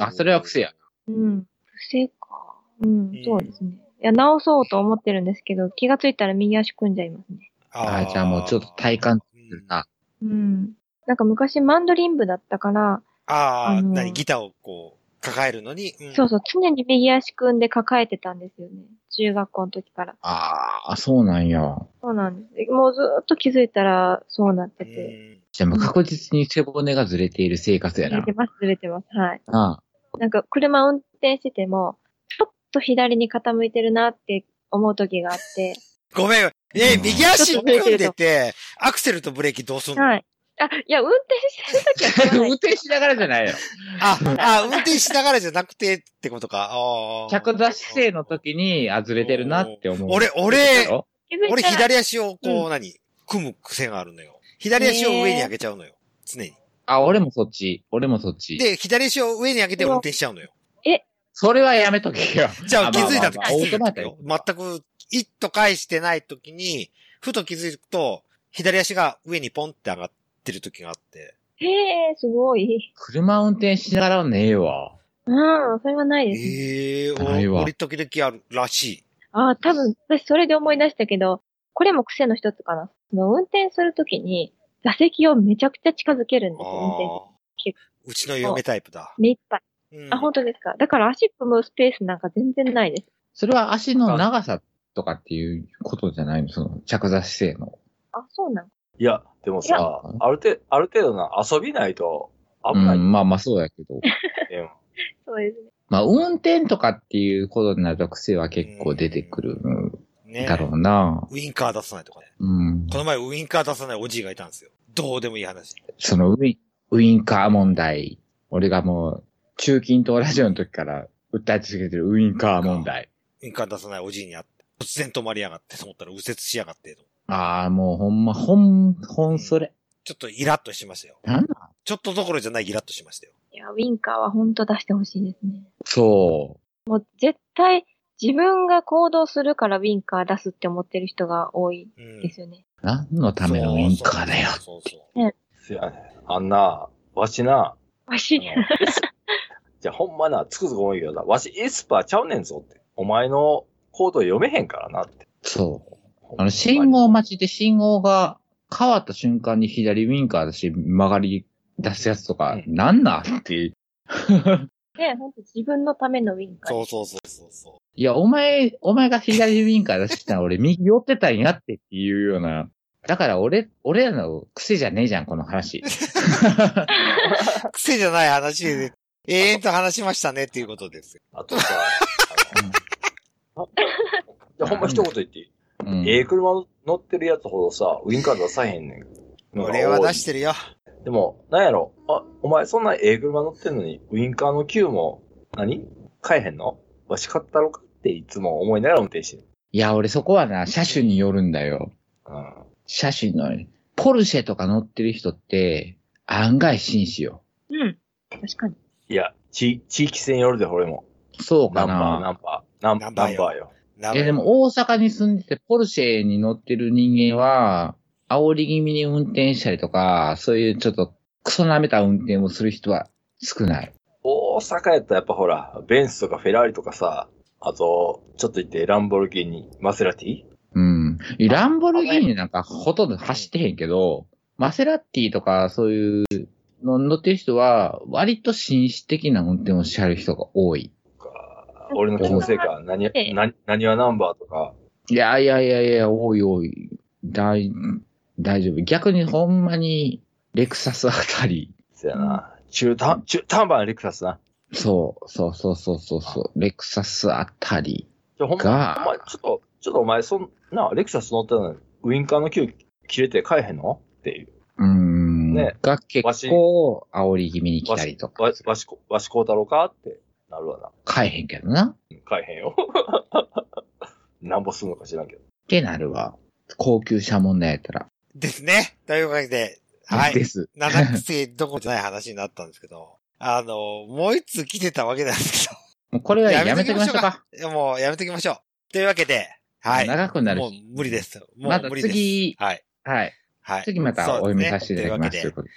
Speaker 1: お
Speaker 2: あ、それは癖や。
Speaker 4: うん。癖か。うん
Speaker 1: うん、
Speaker 4: そうですね。いや、直そうと思ってるんですけど、気がついたら右足組んじゃいますね。
Speaker 2: あーじゃあもうちょっと体感
Speaker 1: する
Speaker 2: あ、
Speaker 4: うん。なんか昔マンドリン部だったから、
Speaker 1: ああ、
Speaker 4: あのー
Speaker 1: 何ギターをこう、抱えるのに。うん
Speaker 4: そうそう、常に右足組んで抱えてたんですよね。中学校の時から。
Speaker 2: あー、そうなんや。
Speaker 4: そうなんです。もうずーっと気づいたら、そうなってて。
Speaker 1: ん
Speaker 2: じゃあもう確実に背骨がずれている生活や
Speaker 4: ずれ
Speaker 2: な
Speaker 4: て。ます、ずれてます。はい。
Speaker 2: あ
Speaker 4: なんか、車運転してても、ちょっと左に傾いてるなって思う時があって、
Speaker 1: ごめん。え、
Speaker 2: うん
Speaker 1: 右足組んでて、アクセルとブレーキどうすんの、
Speaker 4: はい。あ、いや、運転してる時はし
Speaker 2: あ。
Speaker 4: ょう
Speaker 1: <laughs>
Speaker 2: <laughs> 運
Speaker 4: がない
Speaker 2: 転しながらじゃないよ。
Speaker 1: あ、あ、運転しながらじゃなくてってことか。あー
Speaker 2: 着座姿勢の時に、あ、ずれてるなって思う。
Speaker 1: 俺俺
Speaker 4: 気づいたら
Speaker 1: 俺左足をこう、
Speaker 4: う
Speaker 1: 何組む癖があるのよ。左足を上に上げちゃうのよ。常に。
Speaker 2: あ、俺もそっち。俺もそっち。
Speaker 1: で、左足を上に上げて運転しちゃうのよ。
Speaker 2: それはやめとけよ。
Speaker 1: じゃ
Speaker 2: ま
Speaker 1: あ
Speaker 2: あ
Speaker 1: 気づいた時
Speaker 2: まあまあ
Speaker 1: 気づいた時
Speaker 2: オー
Speaker 1: よ。
Speaker 2: トマ
Speaker 1: 全く、一と返してない時に、ふと気づくと、左足が上にポンって上がってる時があって。
Speaker 4: へえ、すごい。
Speaker 2: 車運転しながらはねえわ。
Speaker 4: うん、それはないですね。
Speaker 1: ええ
Speaker 2: ない
Speaker 1: ー、
Speaker 2: わ
Speaker 1: お俺時々あるらし
Speaker 4: あ、多分、私それで思い出したけど、これも癖の一つかな。その運転するときに、座席をめちゃくちゃ近づけるん
Speaker 1: い。
Speaker 4: ですよ、運転
Speaker 1: あーうちの嫁タイプだ。
Speaker 4: 目いっぱい。
Speaker 1: うん
Speaker 4: あ、本当ですか。だから足組むスペースなんか全然ないです。
Speaker 2: それは足の長さとかっていうことじゃないのその着座姿勢の。
Speaker 4: あ、そうなん
Speaker 3: いや、でも
Speaker 4: い
Speaker 3: さ、ある程度、ある程度な遊びないと
Speaker 2: う
Speaker 3: 危ない。
Speaker 2: ん、まあまあそうやけど。
Speaker 3: うん
Speaker 4: そうですね。
Speaker 2: まあ、運転とかっていうことになると癖は結構出てくるん
Speaker 1: ね。
Speaker 2: だろうな。
Speaker 1: ウインカー出さないとかね。
Speaker 2: うん。
Speaker 1: この前ウインカー出さないおじいがいたんですよ。どうでもいい話。
Speaker 2: そのウイウインカー問題。俺がもう、中近東ラジオの時から訴え続けてるウインカー問題。
Speaker 1: ウインカー出さないおじいに会って、突然止まりやがってと思ったら右折しやがってと。
Speaker 2: ああ、もうほんま、ほん、ほんそれ。
Speaker 1: ちょっとイラッとしましたよ。
Speaker 2: なんだ
Speaker 1: ちょっとどころじゃないイラッとしましたよ。
Speaker 4: いや、ウィンカーは本当出してほしいですね。
Speaker 2: そ
Speaker 4: もう絶対自分が行動するからウィンカー出すって思ってる人が多いうですよね。
Speaker 2: う。何のためのウインカーだよ。
Speaker 1: そうそうそう
Speaker 3: せやねんあんな、わしな、
Speaker 4: <laughs> わ
Speaker 3: あ
Speaker 4: し、
Speaker 3: の S じゃあほんまな、つくづく思うけどな、わしエスパーちゃうねんぞって。お前のコード読めへんからなって。
Speaker 2: そう。あの、信号待ちで信号が変わった瞬間に左ウインカーだし、曲がり出すやつとか
Speaker 3: うん、
Speaker 2: なんなんって。
Speaker 4: ね、本当自分のためのウィンカー。
Speaker 1: そうそうそうそうそう。
Speaker 2: いや、お前、お前が左ウインカー出してきたら俺右寄ってたんやってっていうような。だから俺、俺らの癖じゃねえじゃん、この話。
Speaker 1: 癖じゃない話で、永遠と話しましたねっていうことですよ。
Speaker 3: あ
Speaker 2: <laughs>
Speaker 3: とさ、あのじゃあほんま一言言っていい、
Speaker 2: うん
Speaker 3: <laughs> ええ車乗ってるやつほどさ、ウインカー出さへんねん。
Speaker 1: 俺は出してるよ。
Speaker 3: でも、なんやろあ、お前そんなええ車乗ってんのに、ウインカーの Q も何、買えへんのわし買ったろかっていつも思いながら運転してる。
Speaker 2: いや、俺そこはな、車種によるんだよ。
Speaker 3: うん。
Speaker 2: 車種の、ポルシェとか乗ってる人って、案外紳士よ。
Speaker 4: うん。確かに。
Speaker 3: いや、地、地域線よるで、俺も。
Speaker 2: そうか
Speaker 3: ナンバー、ナ
Speaker 2: な。
Speaker 3: ンバー、ナン
Speaker 1: ナ
Speaker 3: ナ
Speaker 1: ン
Speaker 3: ン
Speaker 1: バ
Speaker 3: バ
Speaker 1: ーよ
Speaker 3: ーよ。
Speaker 1: な
Speaker 2: え、でも大阪に住んでて、ポルシェに乗ってる人間は、煽り気味に運転したりとか、そういうちょっとクソ舐めた運転をする人は少ない。
Speaker 3: 大阪やったらやっぱほら、ベンツとかフェラーリとかさ、あと、ちょっと言って、ランボルギーニ、マセラティ
Speaker 2: うん。ランボルギーニなんかほとんど走ってへんけど、マセラッティとかそういうの乗ってる人は、割と紳士的な運転をしてはる人が多い。
Speaker 3: 俺の気のせいか、何
Speaker 4: ええ、
Speaker 3: 何、何はナンバーとか、
Speaker 2: いやいやいやいや、おいおい、大、大丈夫。逆にほんまに、レクサスあたり、
Speaker 3: そやな。中短、中短版レクサスな。
Speaker 2: そう、そうそうそうそうそう、レクサスあたり
Speaker 3: じゃ、ほんま、ほんま、
Speaker 2: が、
Speaker 3: ちょっと、ちょっとお前、そんな、レクサス乗ってるのに、ウインカーの Q 切れて買えへんのっていう。
Speaker 2: うーん、
Speaker 3: ね
Speaker 2: が結構、煽り気味に来
Speaker 3: わ
Speaker 2: たり
Speaker 3: し
Speaker 2: と、か
Speaker 3: わ、わし、わしこうたろうかってなるわな。
Speaker 2: 買えへんけどな。
Speaker 3: うん買えへんよ。 <laughs> なんぼするのか知らんけ
Speaker 2: っ
Speaker 3: ど。。
Speaker 2: てなるわ。高級車問題やったら。
Speaker 1: ですね。というわけで、はい。
Speaker 2: です。
Speaker 1: 七癖どころじゃない話になったんですけど、あの、もう一つ来てたわけなんです
Speaker 2: もうこれは
Speaker 1: や
Speaker 2: や
Speaker 1: め
Speaker 2: め
Speaker 1: と
Speaker 2: と
Speaker 1: きま
Speaker 2: き
Speaker 1: し
Speaker 2: まし
Speaker 1: ょ
Speaker 2: ょ
Speaker 1: う
Speaker 2: う
Speaker 1: か
Speaker 2: か。
Speaker 1: けど、もうやめときましょう。というわけで、はい。
Speaker 2: 長くなる
Speaker 1: もう無理です。も
Speaker 2: ま
Speaker 1: う
Speaker 2: だ
Speaker 1: 無理です。
Speaker 2: 次
Speaker 1: はい。
Speaker 2: はい。
Speaker 1: はい。
Speaker 2: 次またお読みさせていただきま
Speaker 1: そうで
Speaker 2: す。
Speaker 1: すね
Speaker 2: ということで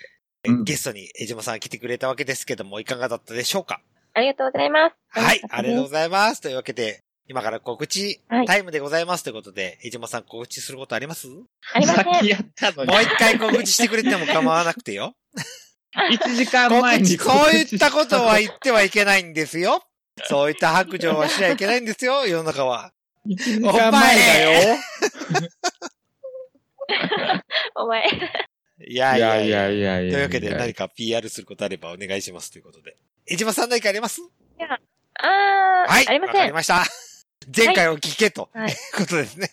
Speaker 1: というわけで
Speaker 2: うん
Speaker 1: ゲストに江島さん来てくれたわけですけども、いかがだったでしょうか
Speaker 4: ありがとうございます。
Speaker 1: はい、ありがとうご
Speaker 4: う
Speaker 1: ざいます。というわけで、今から告知
Speaker 4: はい
Speaker 1: タイムでございますということで、江島さん告知することありますも
Speaker 4: ありません。
Speaker 2: さっきやったの
Speaker 1: う
Speaker 2: に。
Speaker 1: 一回告知してくれても構わなくてよ。
Speaker 2: 1時間前
Speaker 1: 告知、
Speaker 2: に
Speaker 1: そういったこと
Speaker 2: は
Speaker 1: は言ってはいけないんですよ。 <laughs> そういった白状はしちゃいけないんですよ、世の中は。
Speaker 2: 1時間前だよ。
Speaker 4: お前。
Speaker 1: いやいやいや。
Speaker 2: いやい
Speaker 1: というわけで、何か PR することあればお願いしますということで。江島さん何かあります
Speaker 4: あー、
Speaker 1: はい。
Speaker 4: ありま
Speaker 1: わか
Speaker 4: せ
Speaker 1: り
Speaker 4: ん。
Speaker 1: ました。前回を聞けと、
Speaker 4: はい
Speaker 1: い、うことですね。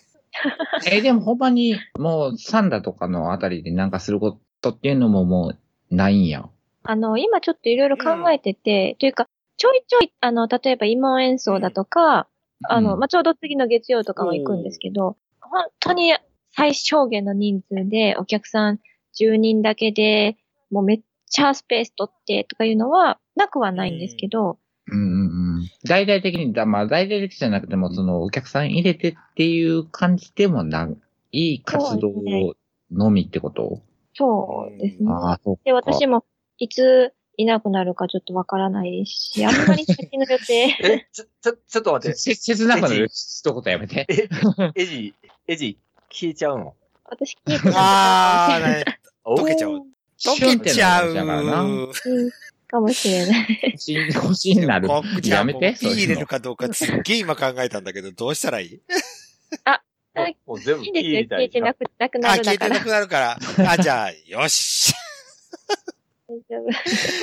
Speaker 2: えーでもほんまに、もう、サンダとかのあたりでなんかすることっていうのももう、ないんや。
Speaker 4: あの、今ちょっといろいろ考えてて、というか、ちょいちょい、あの、例えば慰問演奏だとか、あ
Speaker 2: う
Speaker 4: の、
Speaker 2: ん
Speaker 4: まあ、ちょうど次の月曜とかも行くんですけど、本当に最小限の人数でお客さん10人だけで、もうめっちゃスペース取ってとかいうのはなくはないんですけど、
Speaker 2: うんうんうん。大々的に、だまあ、大々的じゃなくても、その、お客さん入れてっていう感じでもな、いい活動のみってこと、
Speaker 4: そうですね。
Speaker 2: ああ、そうか。
Speaker 4: で、私もいついなくなるかちょっとわからないですし、あんまり先の予定
Speaker 3: <laughs> え、ちょ、ちょ、ちょっと待って
Speaker 2: せ。せ切なくなる一言やめて。
Speaker 3: え、
Speaker 1: <laughs>
Speaker 3: エジ、エジ、消えちゃうの
Speaker 4: 私聞いて
Speaker 1: あー、
Speaker 4: ない。
Speaker 1: ね溶けちゃう。溶
Speaker 2: 溶
Speaker 1: けちゃ
Speaker 2: だからな。
Speaker 1: う。
Speaker 4: <laughs> うんかもしれない。
Speaker 2: 星星になる。
Speaker 1: 告知は
Speaker 2: や
Speaker 1: も
Speaker 2: め
Speaker 1: う
Speaker 2: て。
Speaker 1: ピー
Speaker 2: そう
Speaker 1: 入
Speaker 2: い
Speaker 1: れ
Speaker 2: うの
Speaker 1: るかどうかすっげえ今考えたんだけど、どうしたらいい
Speaker 4: あ
Speaker 3: もう全部
Speaker 4: いいん
Speaker 3: 消え
Speaker 4: ですよ。消えてな
Speaker 3: な
Speaker 4: くなく
Speaker 1: あ、
Speaker 4: なる
Speaker 1: 消
Speaker 4: だ
Speaker 1: え
Speaker 4: か
Speaker 1: て
Speaker 4: ら
Speaker 1: な。くなるから。あ、じゃあ、よし。
Speaker 4: 丈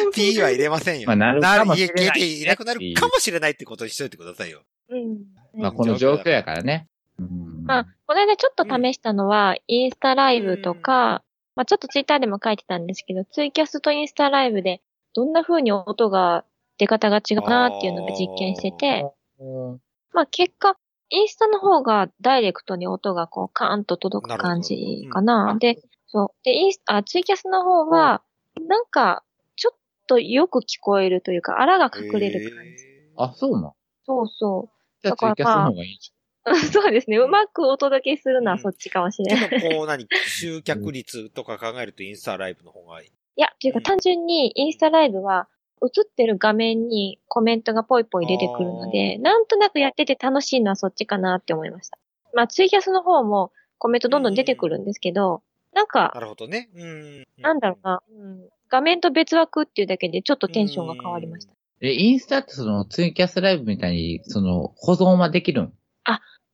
Speaker 4: 夫。
Speaker 1: T は入れませんよ。
Speaker 2: まあなるかもしれ
Speaker 1: 家
Speaker 2: な
Speaker 1: 消
Speaker 2: い
Speaker 1: えていなくなるかもしれないってことにしといてくださいよ。
Speaker 4: うん。
Speaker 2: まあ、この状況やからね。うん。
Speaker 4: まあ、この間ちょっと試したのは、インスタライブとか、まあちょっとツイッターでも書いてたんですけど、ツイキャスとインスタライブで、どんな風に音が、出方が違うなっていうのを実験してて、
Speaker 2: うん
Speaker 4: まあ結果、インスタの方がダイレクトに音がこうカーンと届く感じかな。
Speaker 2: なるほどうん
Speaker 4: で、そう。で、インスあ、ツイキャスの方は、なんか、ちょっとよく聞こえるというか、あらが隠れる感じ。
Speaker 1: えー
Speaker 2: あ、そうなん。
Speaker 4: そう <laughs> そ
Speaker 2: じゃあ、
Speaker 4: だ
Speaker 2: ツ
Speaker 4: から
Speaker 2: イキャスの方がいいんじ
Speaker 4: う。そうですね。うまくお届けするの
Speaker 1: う
Speaker 4: は
Speaker 1: ん
Speaker 4: そっちかもしれ
Speaker 1: で
Speaker 4: ない。
Speaker 1: もこう何、集客率とか考えるとインスタライブの方がいい。
Speaker 4: いや、という
Speaker 1: う
Speaker 4: か
Speaker 1: ん
Speaker 4: 単純にインスタライブは映ってる画面にコメントがぽいぽい出てくるので、なんとなくやってて楽しいのはそっちかなって思いました。まあツイキャスの方もコメントどんどん出てくるんですけど、なん
Speaker 1: な
Speaker 4: か、
Speaker 1: るほどね。うん。
Speaker 4: なんだろうな、うん画面と別枠っていうだけでちょっとテンションが変わりました。
Speaker 2: ゃん。え、インスタってそのツイキャスライブみたいに、その、保存はできるん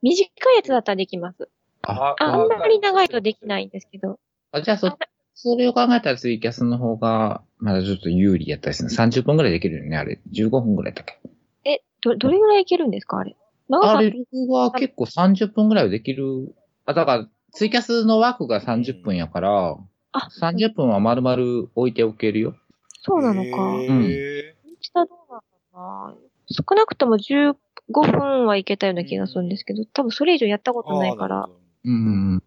Speaker 4: 短いやつだったらできます。
Speaker 3: あ
Speaker 4: あんまり長いとできないんですけど。
Speaker 2: あ、じゃあそ、それを考えたらツイキャスの方が、まだちょっと有利やったりする。30分くらいできるよね、あれ。15分くらいだっけ。
Speaker 4: え、ど、どれぐらいいけるんですかあれ。長
Speaker 2: あ
Speaker 4: さ
Speaker 2: れ、録画結構30分くらいはできる。あ、だから、ツイキャスの枠が30分やから、
Speaker 4: あ
Speaker 2: 30分は丸々置いておけるよ。
Speaker 4: そうなの
Speaker 1: へ
Speaker 4: か。
Speaker 1: ー
Speaker 4: 下どうなのかな少なくとも15分はいけたような気がするんですけど、多分それ以上やったことないか。
Speaker 1: あー
Speaker 4: ら
Speaker 1: る。ほど
Speaker 2: うん。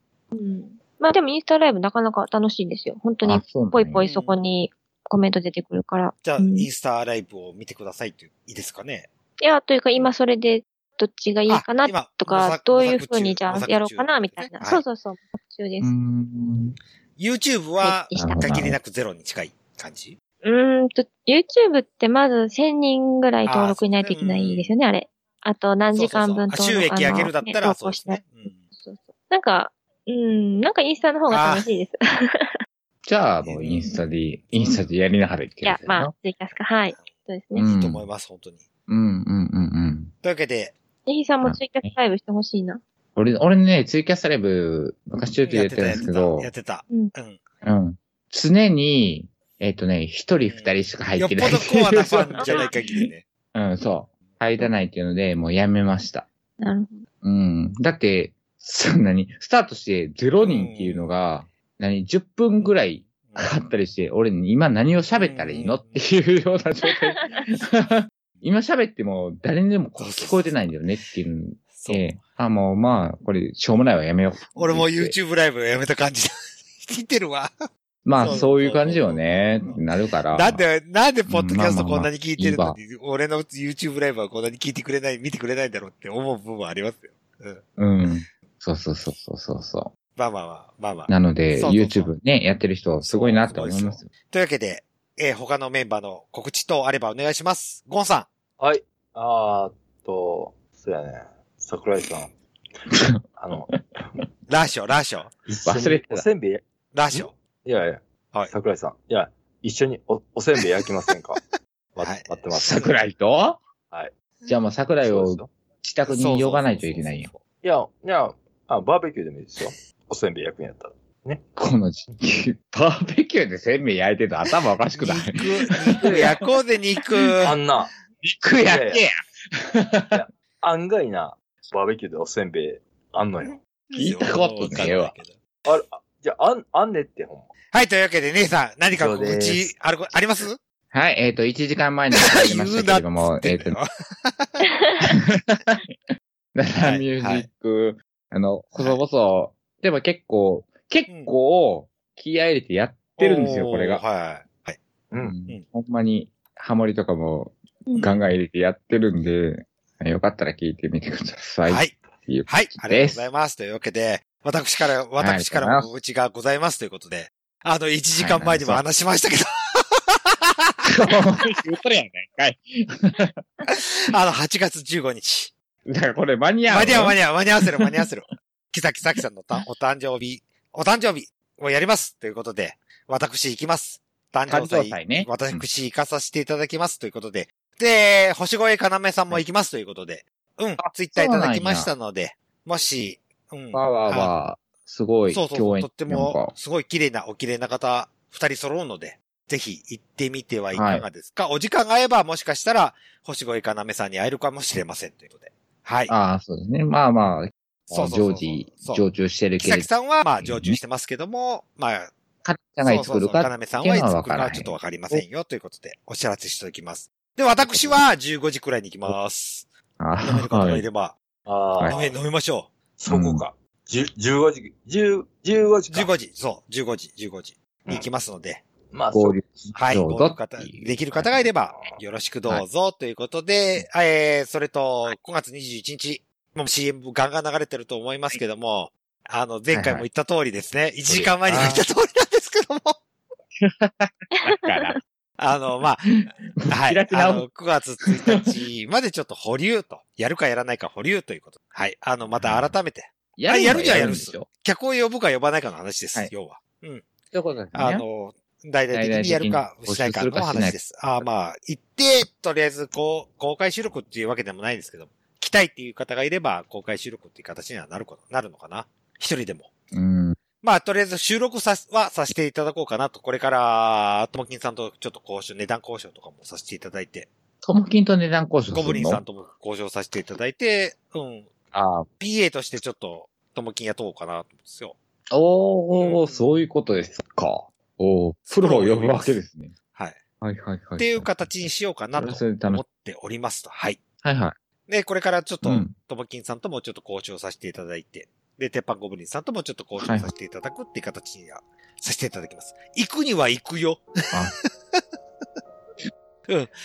Speaker 4: まあでもインスタライブなかなか楽しいんですよ。本当に
Speaker 2: あ、そうなんや
Speaker 4: ぽいぽいそこにコメント出てくるから。
Speaker 1: じゃあ、
Speaker 4: うん
Speaker 1: インスタライブを見てくださいっていう、いいですかね。
Speaker 4: いや、というか今それでどっちがいいかな
Speaker 1: あ今
Speaker 4: と
Speaker 1: 模
Speaker 4: か
Speaker 1: 索、
Speaker 4: どういうふうにじゃ
Speaker 1: 模
Speaker 4: あ
Speaker 1: 索中
Speaker 4: やろうかなみたいな。
Speaker 1: はい
Speaker 4: そうそうそう、模索中で
Speaker 2: う
Speaker 4: す。
Speaker 2: ん。
Speaker 1: YouTube は
Speaker 4: はいでした
Speaker 1: 限りなくゼロに近い感じ
Speaker 4: うーんと、YouTube ってまず1000人ぐらい登録いないといけないですよね、あれ。あと何時間分
Speaker 1: そうそ
Speaker 4: 登
Speaker 1: うそう
Speaker 4: 録
Speaker 1: あ収益上げるだった
Speaker 4: あの
Speaker 1: ら、
Speaker 4: ね
Speaker 1: そうですね。うん
Speaker 4: そうそう。なんか、うん、なんかインスタの方が楽しいです。
Speaker 2: じゃあ、もうインスタで、インスタでやりながらいけ
Speaker 4: い
Speaker 2: る
Speaker 4: や
Speaker 2: け、どな
Speaker 4: まあ、ツイキャスか。はい。そうですね。
Speaker 2: うん
Speaker 1: いいと思います、本当に。
Speaker 2: うんうんうんうん。
Speaker 1: というわけで、
Speaker 4: ネヒさんもツイキャスライブしてほしいな。
Speaker 2: 俺、俺ね、ツイキャスライブ、昔ちょっとやってたんですけど
Speaker 1: やっ、てた。
Speaker 4: う
Speaker 1: や
Speaker 4: ん
Speaker 1: ってたうん。
Speaker 2: うん。常に、えっ、とね、一人二人しか入
Speaker 1: よ
Speaker 2: っ
Speaker 1: ってぽ
Speaker 2: ない。
Speaker 1: どコアなファンじゃない限
Speaker 2: <laughs>
Speaker 1: りね。
Speaker 2: うん、そう。入らないっていうので、もうやめました。
Speaker 4: なるほ
Speaker 2: うん。だって、そんなに、スタートして0人っていうのが、何、10分ぐらいかかったりして、俺今何を喋ったらいいの
Speaker 1: うん
Speaker 2: っていうような状態。
Speaker 1: <laughs>
Speaker 2: 今喋っても誰にでもこう聞こえてないんだよねっていう。
Speaker 1: そう
Speaker 2: ええあ、もうまあ、これ、しょうもないわ、やめよう。
Speaker 1: 俺も YouTube ライブやめた感じだ。 <laughs> 聞いてるわ。
Speaker 2: ま
Speaker 1: そ
Speaker 2: あ、
Speaker 1: う
Speaker 2: そういう感じよね、
Speaker 1: そう
Speaker 2: ってなるから。
Speaker 1: なんで、なんでポッドキャストこんなに聞いてるのに、俺の YouTube ライブはこんなに聞いてくれない、見てくれないんだろうって思う部分はありますよ。
Speaker 2: うん。そうそうそうそうそうそ
Speaker 1: まあまあまあ、まあま
Speaker 2: う。
Speaker 1: あ。
Speaker 2: なので、
Speaker 1: そうそうそう
Speaker 2: YouTube ね、やってる人、すごいなって思いますよ。
Speaker 1: というわけで、えー他のメンバーの告知等あればお願いします。ゴンさん。
Speaker 3: はい。あーっと、そうやね。桜井さん。
Speaker 1: <laughs>
Speaker 3: あの、
Speaker 1: ラーショ、ラーショ、
Speaker 2: 忘れてた
Speaker 3: おせんべい、い
Speaker 1: ラーショ。
Speaker 3: やいや、
Speaker 1: はい
Speaker 3: 桜井さん。いや、一緒におおせんべい焼きま
Speaker 1: <laughs>
Speaker 3: せんか
Speaker 1: は
Speaker 3: わ
Speaker 1: い
Speaker 3: 待ってま
Speaker 2: <laughs>
Speaker 3: す。
Speaker 2: 桜井と
Speaker 3: はい。
Speaker 2: じゃあもう桜井
Speaker 3: そうで
Speaker 2: を
Speaker 3: すよ
Speaker 2: 自宅に呼ばないといけないよ。
Speaker 3: いや、いやあ、バーベキューでもいいですよ。おせんべい焼くん
Speaker 1: <laughs>
Speaker 3: やったら。
Speaker 2: この時期、バーベキューでせんべい焼いてた頭おかしく
Speaker 1: 肉、 <laughs>
Speaker 2: ない
Speaker 1: 肉、焼こうぜ、肉。
Speaker 3: あんな、
Speaker 2: 肉焼けや
Speaker 3: 案外な、バーベキューでおせんべいあんのよ。
Speaker 2: 聞いたことねえわ。
Speaker 3: じゃあ、あん、あんねってほんま。
Speaker 1: はい、というわけで、姉さん、何か告
Speaker 3: 以上で
Speaker 1: 知あるこあります
Speaker 2: はい、えっ、と、1時間前に始まりましたけれども、え
Speaker 1: <laughs> 言
Speaker 2: っ
Speaker 1: うなっつってん、
Speaker 2: と
Speaker 1: だよ
Speaker 2: ダダミュージック、あの、細々、でも結構、結構、気合い入れてやってるんですよ、これが。
Speaker 1: はい。はい。
Speaker 3: う。
Speaker 2: うんんほんまに、ハモリとかも
Speaker 4: ど。
Speaker 2: ガンガン入れてやってるんで、よかったら聞いてみてください。。
Speaker 1: はいい。はい。ありがとうございます。というわけで、私から、私からも告知がございますということで、あの、1時間前にも話しましたけど、
Speaker 2: 言うとるやないか <laughs> い。
Speaker 1: あの、8月15日。
Speaker 2: だからこれ間に合う。
Speaker 1: 間に合う、間
Speaker 2: に
Speaker 1: に合う、間に合わせろ、間に合わせろ。 <laughs> 木崎咲さんのたお誕生日、お誕生日をやりますということで、私行きます。誕生
Speaker 2: 誕
Speaker 1: 祭。
Speaker 2: 生祭ね
Speaker 1: 私行かさせていただきますということで。で、星越かなめさんも行きますということで。うん、ツイッターいただきましたので、もし、うん。
Speaker 2: わーわー
Speaker 1: あ
Speaker 2: わー、すごい
Speaker 1: そうそうそ
Speaker 2: 共
Speaker 1: う、
Speaker 2: 演。
Speaker 1: とって
Speaker 2: なん
Speaker 1: も
Speaker 2: か、
Speaker 1: すごい綺麗な、お綺麗な方、二人揃うので、ぜひ行ってみてはいかがですか、お時間が合えばもしかしたら、星越かなめさんに会えるかもしれませんということで。はい。
Speaker 2: ああ、そうですね。まあまあ、
Speaker 1: そうそうそうそう
Speaker 2: 常時
Speaker 1: そ、う
Speaker 2: 常駐してる
Speaker 1: 木
Speaker 2: けれ
Speaker 1: 崎
Speaker 2: ど、
Speaker 1: さんは、まあ、常駐してますけども、まあ、
Speaker 2: カナちゃんがいつ来るか
Speaker 1: そうそうそう要さん
Speaker 2: ってい
Speaker 1: はいうつ
Speaker 2: の
Speaker 1: 来る
Speaker 2: はわか
Speaker 1: からは
Speaker 2: ない
Speaker 1: ちょっとわかりませんよということで、お知らせしておきます。で、私は15時くらいに行きます。飲める
Speaker 2: あ
Speaker 1: 方が
Speaker 2: あ、はい
Speaker 1: れ
Speaker 2: い。
Speaker 1: ば、
Speaker 3: ああ、
Speaker 1: 飲め、飲みましょ
Speaker 3: そこか。十15時、10、15
Speaker 1: う。
Speaker 3: 時か。
Speaker 1: 15時、そう、15時、15時に行きますので、
Speaker 3: まあ、そ
Speaker 2: 合
Speaker 3: う。
Speaker 2: 流
Speaker 1: はい、
Speaker 2: どうぞ
Speaker 1: ご利用方
Speaker 2: っていう
Speaker 1: できる方がいれば、よろしくどうぞということで、えー、それと、5月21日、もう CM ガンガン流れてると思いますけども、あの、前回も言った通りですね、1時間前にも言った通りなんですけども、
Speaker 2: だから。 <laughs>
Speaker 1: あの、まあ、はい。
Speaker 2: 開き
Speaker 1: あ
Speaker 2: 直
Speaker 1: の、9月1日までちょっと保留と。やるかやらないか保留ということ。はい。あの、また改めて、
Speaker 2: や
Speaker 1: あやる
Speaker 2: ん
Speaker 1: じゃんやるっ
Speaker 2: んですしょ。
Speaker 1: 客を呼ぶか呼ばないかの話です。
Speaker 2: はい
Speaker 1: 要は。うん。
Speaker 2: そういうことですね。
Speaker 1: あの、大々的にやるか
Speaker 2: 大々的に
Speaker 1: しないかの
Speaker 2: 募集するかしないか
Speaker 1: 話です。あーまあ、行って、とりあえず、こう、公開収録っていうわけでもないんですけど、来たいっていう方がいれば、公開収録っていう形にはなること、なるのかな一人でも。
Speaker 2: うん。
Speaker 1: まあ、とりあえず収録さす、はさせていただこうかなと。これから、ともきんさんとちょっと交渉、値段交渉とかもさせていただいて、
Speaker 2: ともきんと値段交渉するの
Speaker 1: ゴブリンさんとも交渉させていただいて、うん。
Speaker 2: あ
Speaker 1: PA としてちょっと、ともきん雇おうかなと思うんですよ。
Speaker 2: あ、おー、そういうことですか。おー、プロを呼ぶわけですね。
Speaker 1: はい。
Speaker 2: はいはいはい。
Speaker 1: っていう形にしようかなと
Speaker 2: それ楽
Speaker 1: 思
Speaker 2: し
Speaker 1: っておりますと。はい。
Speaker 2: はいはい。
Speaker 1: で、これからちょっと
Speaker 2: うん、
Speaker 1: ともきんさんともちょっと交渉させていただいて、で、鉄板ゴブリンさんともちょっと交渉させていただくっていう形にはさせていただきます。行くには行くよ。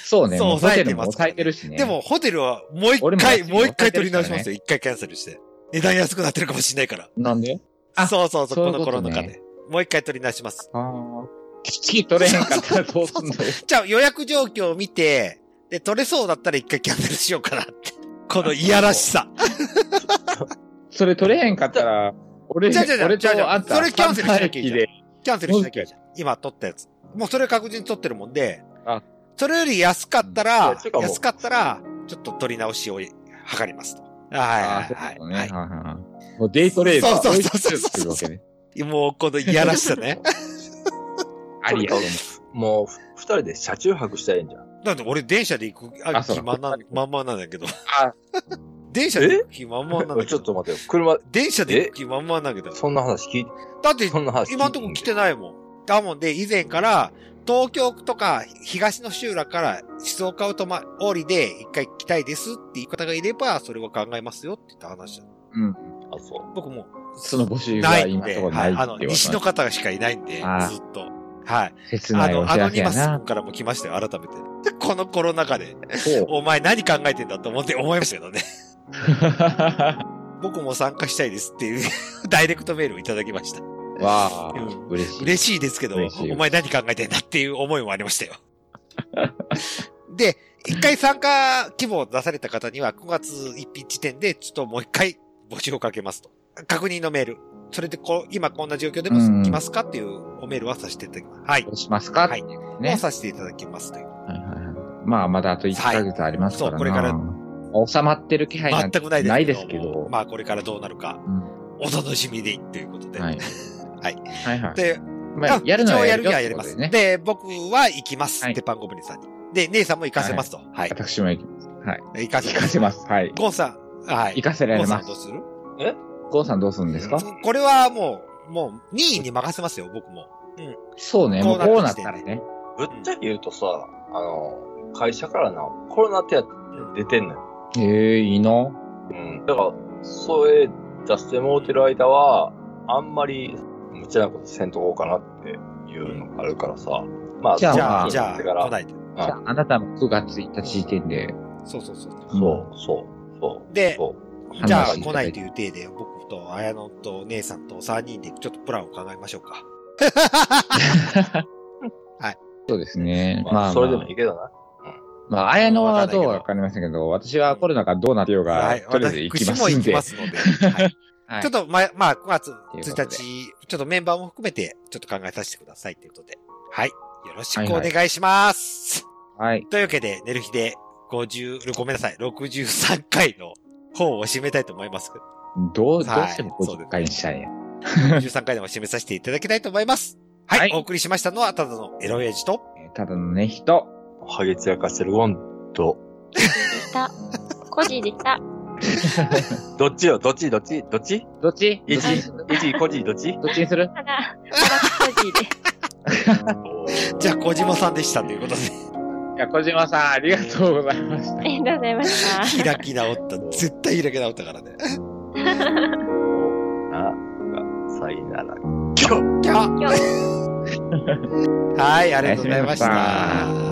Speaker 2: そうね、
Speaker 1: そう
Speaker 2: もうホ
Speaker 1: 抑
Speaker 2: テル
Speaker 1: えて
Speaker 2: も
Speaker 1: ますから
Speaker 2: 抑
Speaker 1: ね
Speaker 2: えてるしね。
Speaker 1: でも、、ホテルはもう一
Speaker 2: 俺も
Speaker 1: 回、
Speaker 2: 安い
Speaker 1: もう一回取り直し
Speaker 2: 抑
Speaker 1: ま
Speaker 2: え
Speaker 1: す
Speaker 2: て
Speaker 1: よ。一回キャンセルして。値段安くなってるかもしれないから。
Speaker 2: なんであ
Speaker 1: そうそうそう、
Speaker 2: そう
Speaker 1: こ
Speaker 2: いうこ
Speaker 1: の
Speaker 2: と
Speaker 1: 頃の
Speaker 2: ね
Speaker 1: 金。もう一回取り直します。
Speaker 2: ああ。き取れへんかったらどうすんのよ。
Speaker 1: じゃあ予約状況を見て、で、取れそうだったら一回キャンセルしようかなって。このいやらしさ。
Speaker 2: それ取れへんかったら、俺、
Speaker 1: じゃあじゃあじゃあ
Speaker 2: 俺
Speaker 1: じゃあじゃ
Speaker 2: と
Speaker 1: あ
Speaker 2: あんた、
Speaker 1: それキャンセルしなきゃいいじゃん
Speaker 2: 三回忌
Speaker 1: キャンセルしなきゃいいじゃん。今取ったやつ。もうそれ確実に取ってるもんで
Speaker 2: あ、
Speaker 1: それより安かった
Speaker 3: う
Speaker 1: ら
Speaker 3: んてか、もう
Speaker 1: 安かったら、ちょっと取り直しを図りますと。はい
Speaker 2: ああ、そう
Speaker 1: はい
Speaker 2: だ
Speaker 1: はい
Speaker 2: ね。は
Speaker 1: はいい
Speaker 2: はいはい。もうデイトレード
Speaker 1: そうそうそうそうそう
Speaker 2: そう。
Speaker 1: い。もうこのいやらしさね。
Speaker 2: ありやと思う。
Speaker 3: もう、ふ二人で車中泊したらいいんじゃん。
Speaker 1: なんで俺電車で行くあ
Speaker 2: あそう
Speaker 1: 気満々まんまなんだけど。
Speaker 2: あ
Speaker 1: 電車で行く気満々なんだけど。
Speaker 3: ちょっと待ってよ。車、
Speaker 1: 電車で行く気満々なんだけど。
Speaker 3: そんな話聞い
Speaker 1: だって
Speaker 3: そんな話聞いて。
Speaker 1: 今んとこ来てないもん。だもんで、以前から、東京とか東の集落から静岡をとま、降りで一回来たいですっていう方がいれば、それは考えますよって言った話だ。
Speaker 2: うん。
Speaker 3: あ、そう。
Speaker 1: 僕も
Speaker 2: その募集
Speaker 1: な
Speaker 2: が
Speaker 1: いん
Speaker 2: 今のと
Speaker 1: で、
Speaker 2: ころ
Speaker 1: は
Speaker 2: ない
Speaker 1: い、
Speaker 2: って
Speaker 1: あの、
Speaker 2: こと
Speaker 1: 西の方しかいないんで、ずっ
Speaker 2: あー
Speaker 1: と。はい。
Speaker 2: 切
Speaker 1: あ
Speaker 2: ないお
Speaker 1: の、ア
Speaker 2: 知
Speaker 1: ノ
Speaker 2: らせ
Speaker 1: ニ
Speaker 2: や
Speaker 1: マス
Speaker 2: な
Speaker 1: 君。からも来ましたよ、改めて。このコロナ禍で、
Speaker 2: そう
Speaker 1: お前何考えてんだと思って思いましたけどね。僕も参加したいですっていう <laughs> ダイレクトメールをいただきました。
Speaker 2: わあ
Speaker 1: うん、
Speaker 2: 嬉しい。
Speaker 1: 嬉しいですけど
Speaker 2: 嬉しい、
Speaker 1: お前何考えてんだっていう思いもありましたよ。 <laughs> で、一回参加規模を出された方には、9月1日時点で、ちょっともう一回募集をかけますと。確認のメール。それでこう、今こんな状況で
Speaker 2: うん
Speaker 1: も来ますかっていうおメールはさせていただきます。はい
Speaker 2: ど。うしますか
Speaker 1: はい
Speaker 2: ってう
Speaker 1: ね、
Speaker 2: ね
Speaker 1: を。させていただきますという。
Speaker 2: はいはいはいまあ、まだあと1ヶ月ありますからな。
Speaker 1: はいそうこれから
Speaker 2: 収まってる気配な
Speaker 1: 全
Speaker 2: んて
Speaker 1: くないですけど。
Speaker 2: ないですけど。
Speaker 1: まあ、これからどうなるか、
Speaker 2: うん
Speaker 1: お楽しみでということで。
Speaker 2: はい。
Speaker 1: <laughs> はい
Speaker 2: はいはい。
Speaker 1: で、
Speaker 2: まあ、やるのは
Speaker 1: 一応
Speaker 2: や
Speaker 1: や
Speaker 2: る
Speaker 1: る
Speaker 2: よ
Speaker 1: に
Speaker 2: っ
Speaker 1: は
Speaker 2: て
Speaker 1: やり
Speaker 2: こ
Speaker 1: ま。
Speaker 2: とですね。
Speaker 1: で、僕は行きます。
Speaker 2: はい
Speaker 1: 鉄板ゴブリンさんに。で、姉さんも行かせますと。はい。
Speaker 2: 私も行きます。はい。
Speaker 1: 行かせ
Speaker 2: 行
Speaker 1: ま
Speaker 2: か
Speaker 1: す
Speaker 2: せ。ます。はい。
Speaker 1: ゴンさん。はい。
Speaker 2: 行かせら
Speaker 1: ゴ
Speaker 2: れ
Speaker 1: ンさ
Speaker 2: ま
Speaker 1: ん
Speaker 2: す
Speaker 1: どう。する
Speaker 2: ゴンさんどうするんですか
Speaker 1: これはもう、もう、2位に任せますよ、僕も。
Speaker 2: そうね。もうこ
Speaker 1: こ
Speaker 2: う
Speaker 1: う
Speaker 2: な
Speaker 1: な
Speaker 2: っ
Speaker 1: ったた
Speaker 2: ら
Speaker 1: ら
Speaker 2: ね。
Speaker 3: ぶっちゃけ言うとさ、あの、会社からな、コロナ手当出てんのよ。
Speaker 2: ええ、いいな。
Speaker 3: うん。だから、それ出してもうてる間は、あんまり、無茶なことせんとこうかなっていうのがあるからさ。まあ、
Speaker 2: じゃあ
Speaker 1: じゃあ、
Speaker 2: うん
Speaker 1: じゃあ、
Speaker 3: から
Speaker 1: 来ないで。
Speaker 2: じゃあ、あなたも9月1日時点で。
Speaker 1: そうそうそう。
Speaker 3: そう、そう、そう。
Speaker 1: で
Speaker 3: そう
Speaker 2: 話
Speaker 1: じゃあ、
Speaker 2: してい
Speaker 1: 来
Speaker 2: ただ
Speaker 1: ないい
Speaker 2: て
Speaker 1: という体で、僕と、綾乃と、姉さんと3人で、ちょっとプランを考えましょうか。
Speaker 2: そうですね。
Speaker 3: ま
Speaker 2: ま
Speaker 3: あ、
Speaker 2: あ、
Speaker 3: それで
Speaker 2: ま
Speaker 3: も
Speaker 2: あ
Speaker 3: いいけどな。
Speaker 2: まあ、綾野はどうかわかりませんけど、私はコロナがどうなってようが、とりあえず行き
Speaker 1: 私
Speaker 2: ます
Speaker 1: も
Speaker 2: ん
Speaker 1: 行き
Speaker 2: で。
Speaker 1: ますので。
Speaker 2: <laughs>
Speaker 1: はい
Speaker 2: はい
Speaker 1: ちょっと、ま、まあ、9月
Speaker 2: ということ
Speaker 1: 1
Speaker 2: で
Speaker 1: 日、ちょっとメンバーも含めて、ちょっと考えさせてくださいということで。はい。よろしくお願いします。
Speaker 2: はい。
Speaker 1: というわけで、寝る日で50、ごめんなさい、63回の本を締めたいと思います。
Speaker 2: どう、どう
Speaker 1: はい
Speaker 2: しても50回にしたいんや。
Speaker 1: 63回でも締めさせていただきたいと思います。はい、
Speaker 2: はい
Speaker 1: お送りしましたのは、ただのエロエイジと、
Speaker 2: えーただのね、人。
Speaker 3: ハゲツヤ化してるゴンと、
Speaker 4: した。コジでした。
Speaker 3: どっちよ、どっち、どっち、どっち
Speaker 2: どっちど
Speaker 3: い
Speaker 2: っ
Speaker 3: ち
Speaker 2: ちにする、
Speaker 3: いち、こじ、ど
Speaker 2: <laughs>
Speaker 3: っち
Speaker 2: どっちにする
Speaker 4: ただ、ただコジで。
Speaker 1: じゃあ小島さんでしたという <laughs> ことで、
Speaker 2: いや、小島さん、ありがとうございました
Speaker 4: あ。りがとうございました。 <laughs>
Speaker 1: 開き直った。絶対開き直ったからね。
Speaker 3: あ、さいなら。
Speaker 1: キャッ
Speaker 4: 今日
Speaker 1: <laughs> はい、ありがとうございまし
Speaker 2: ありがとうござい
Speaker 1: た。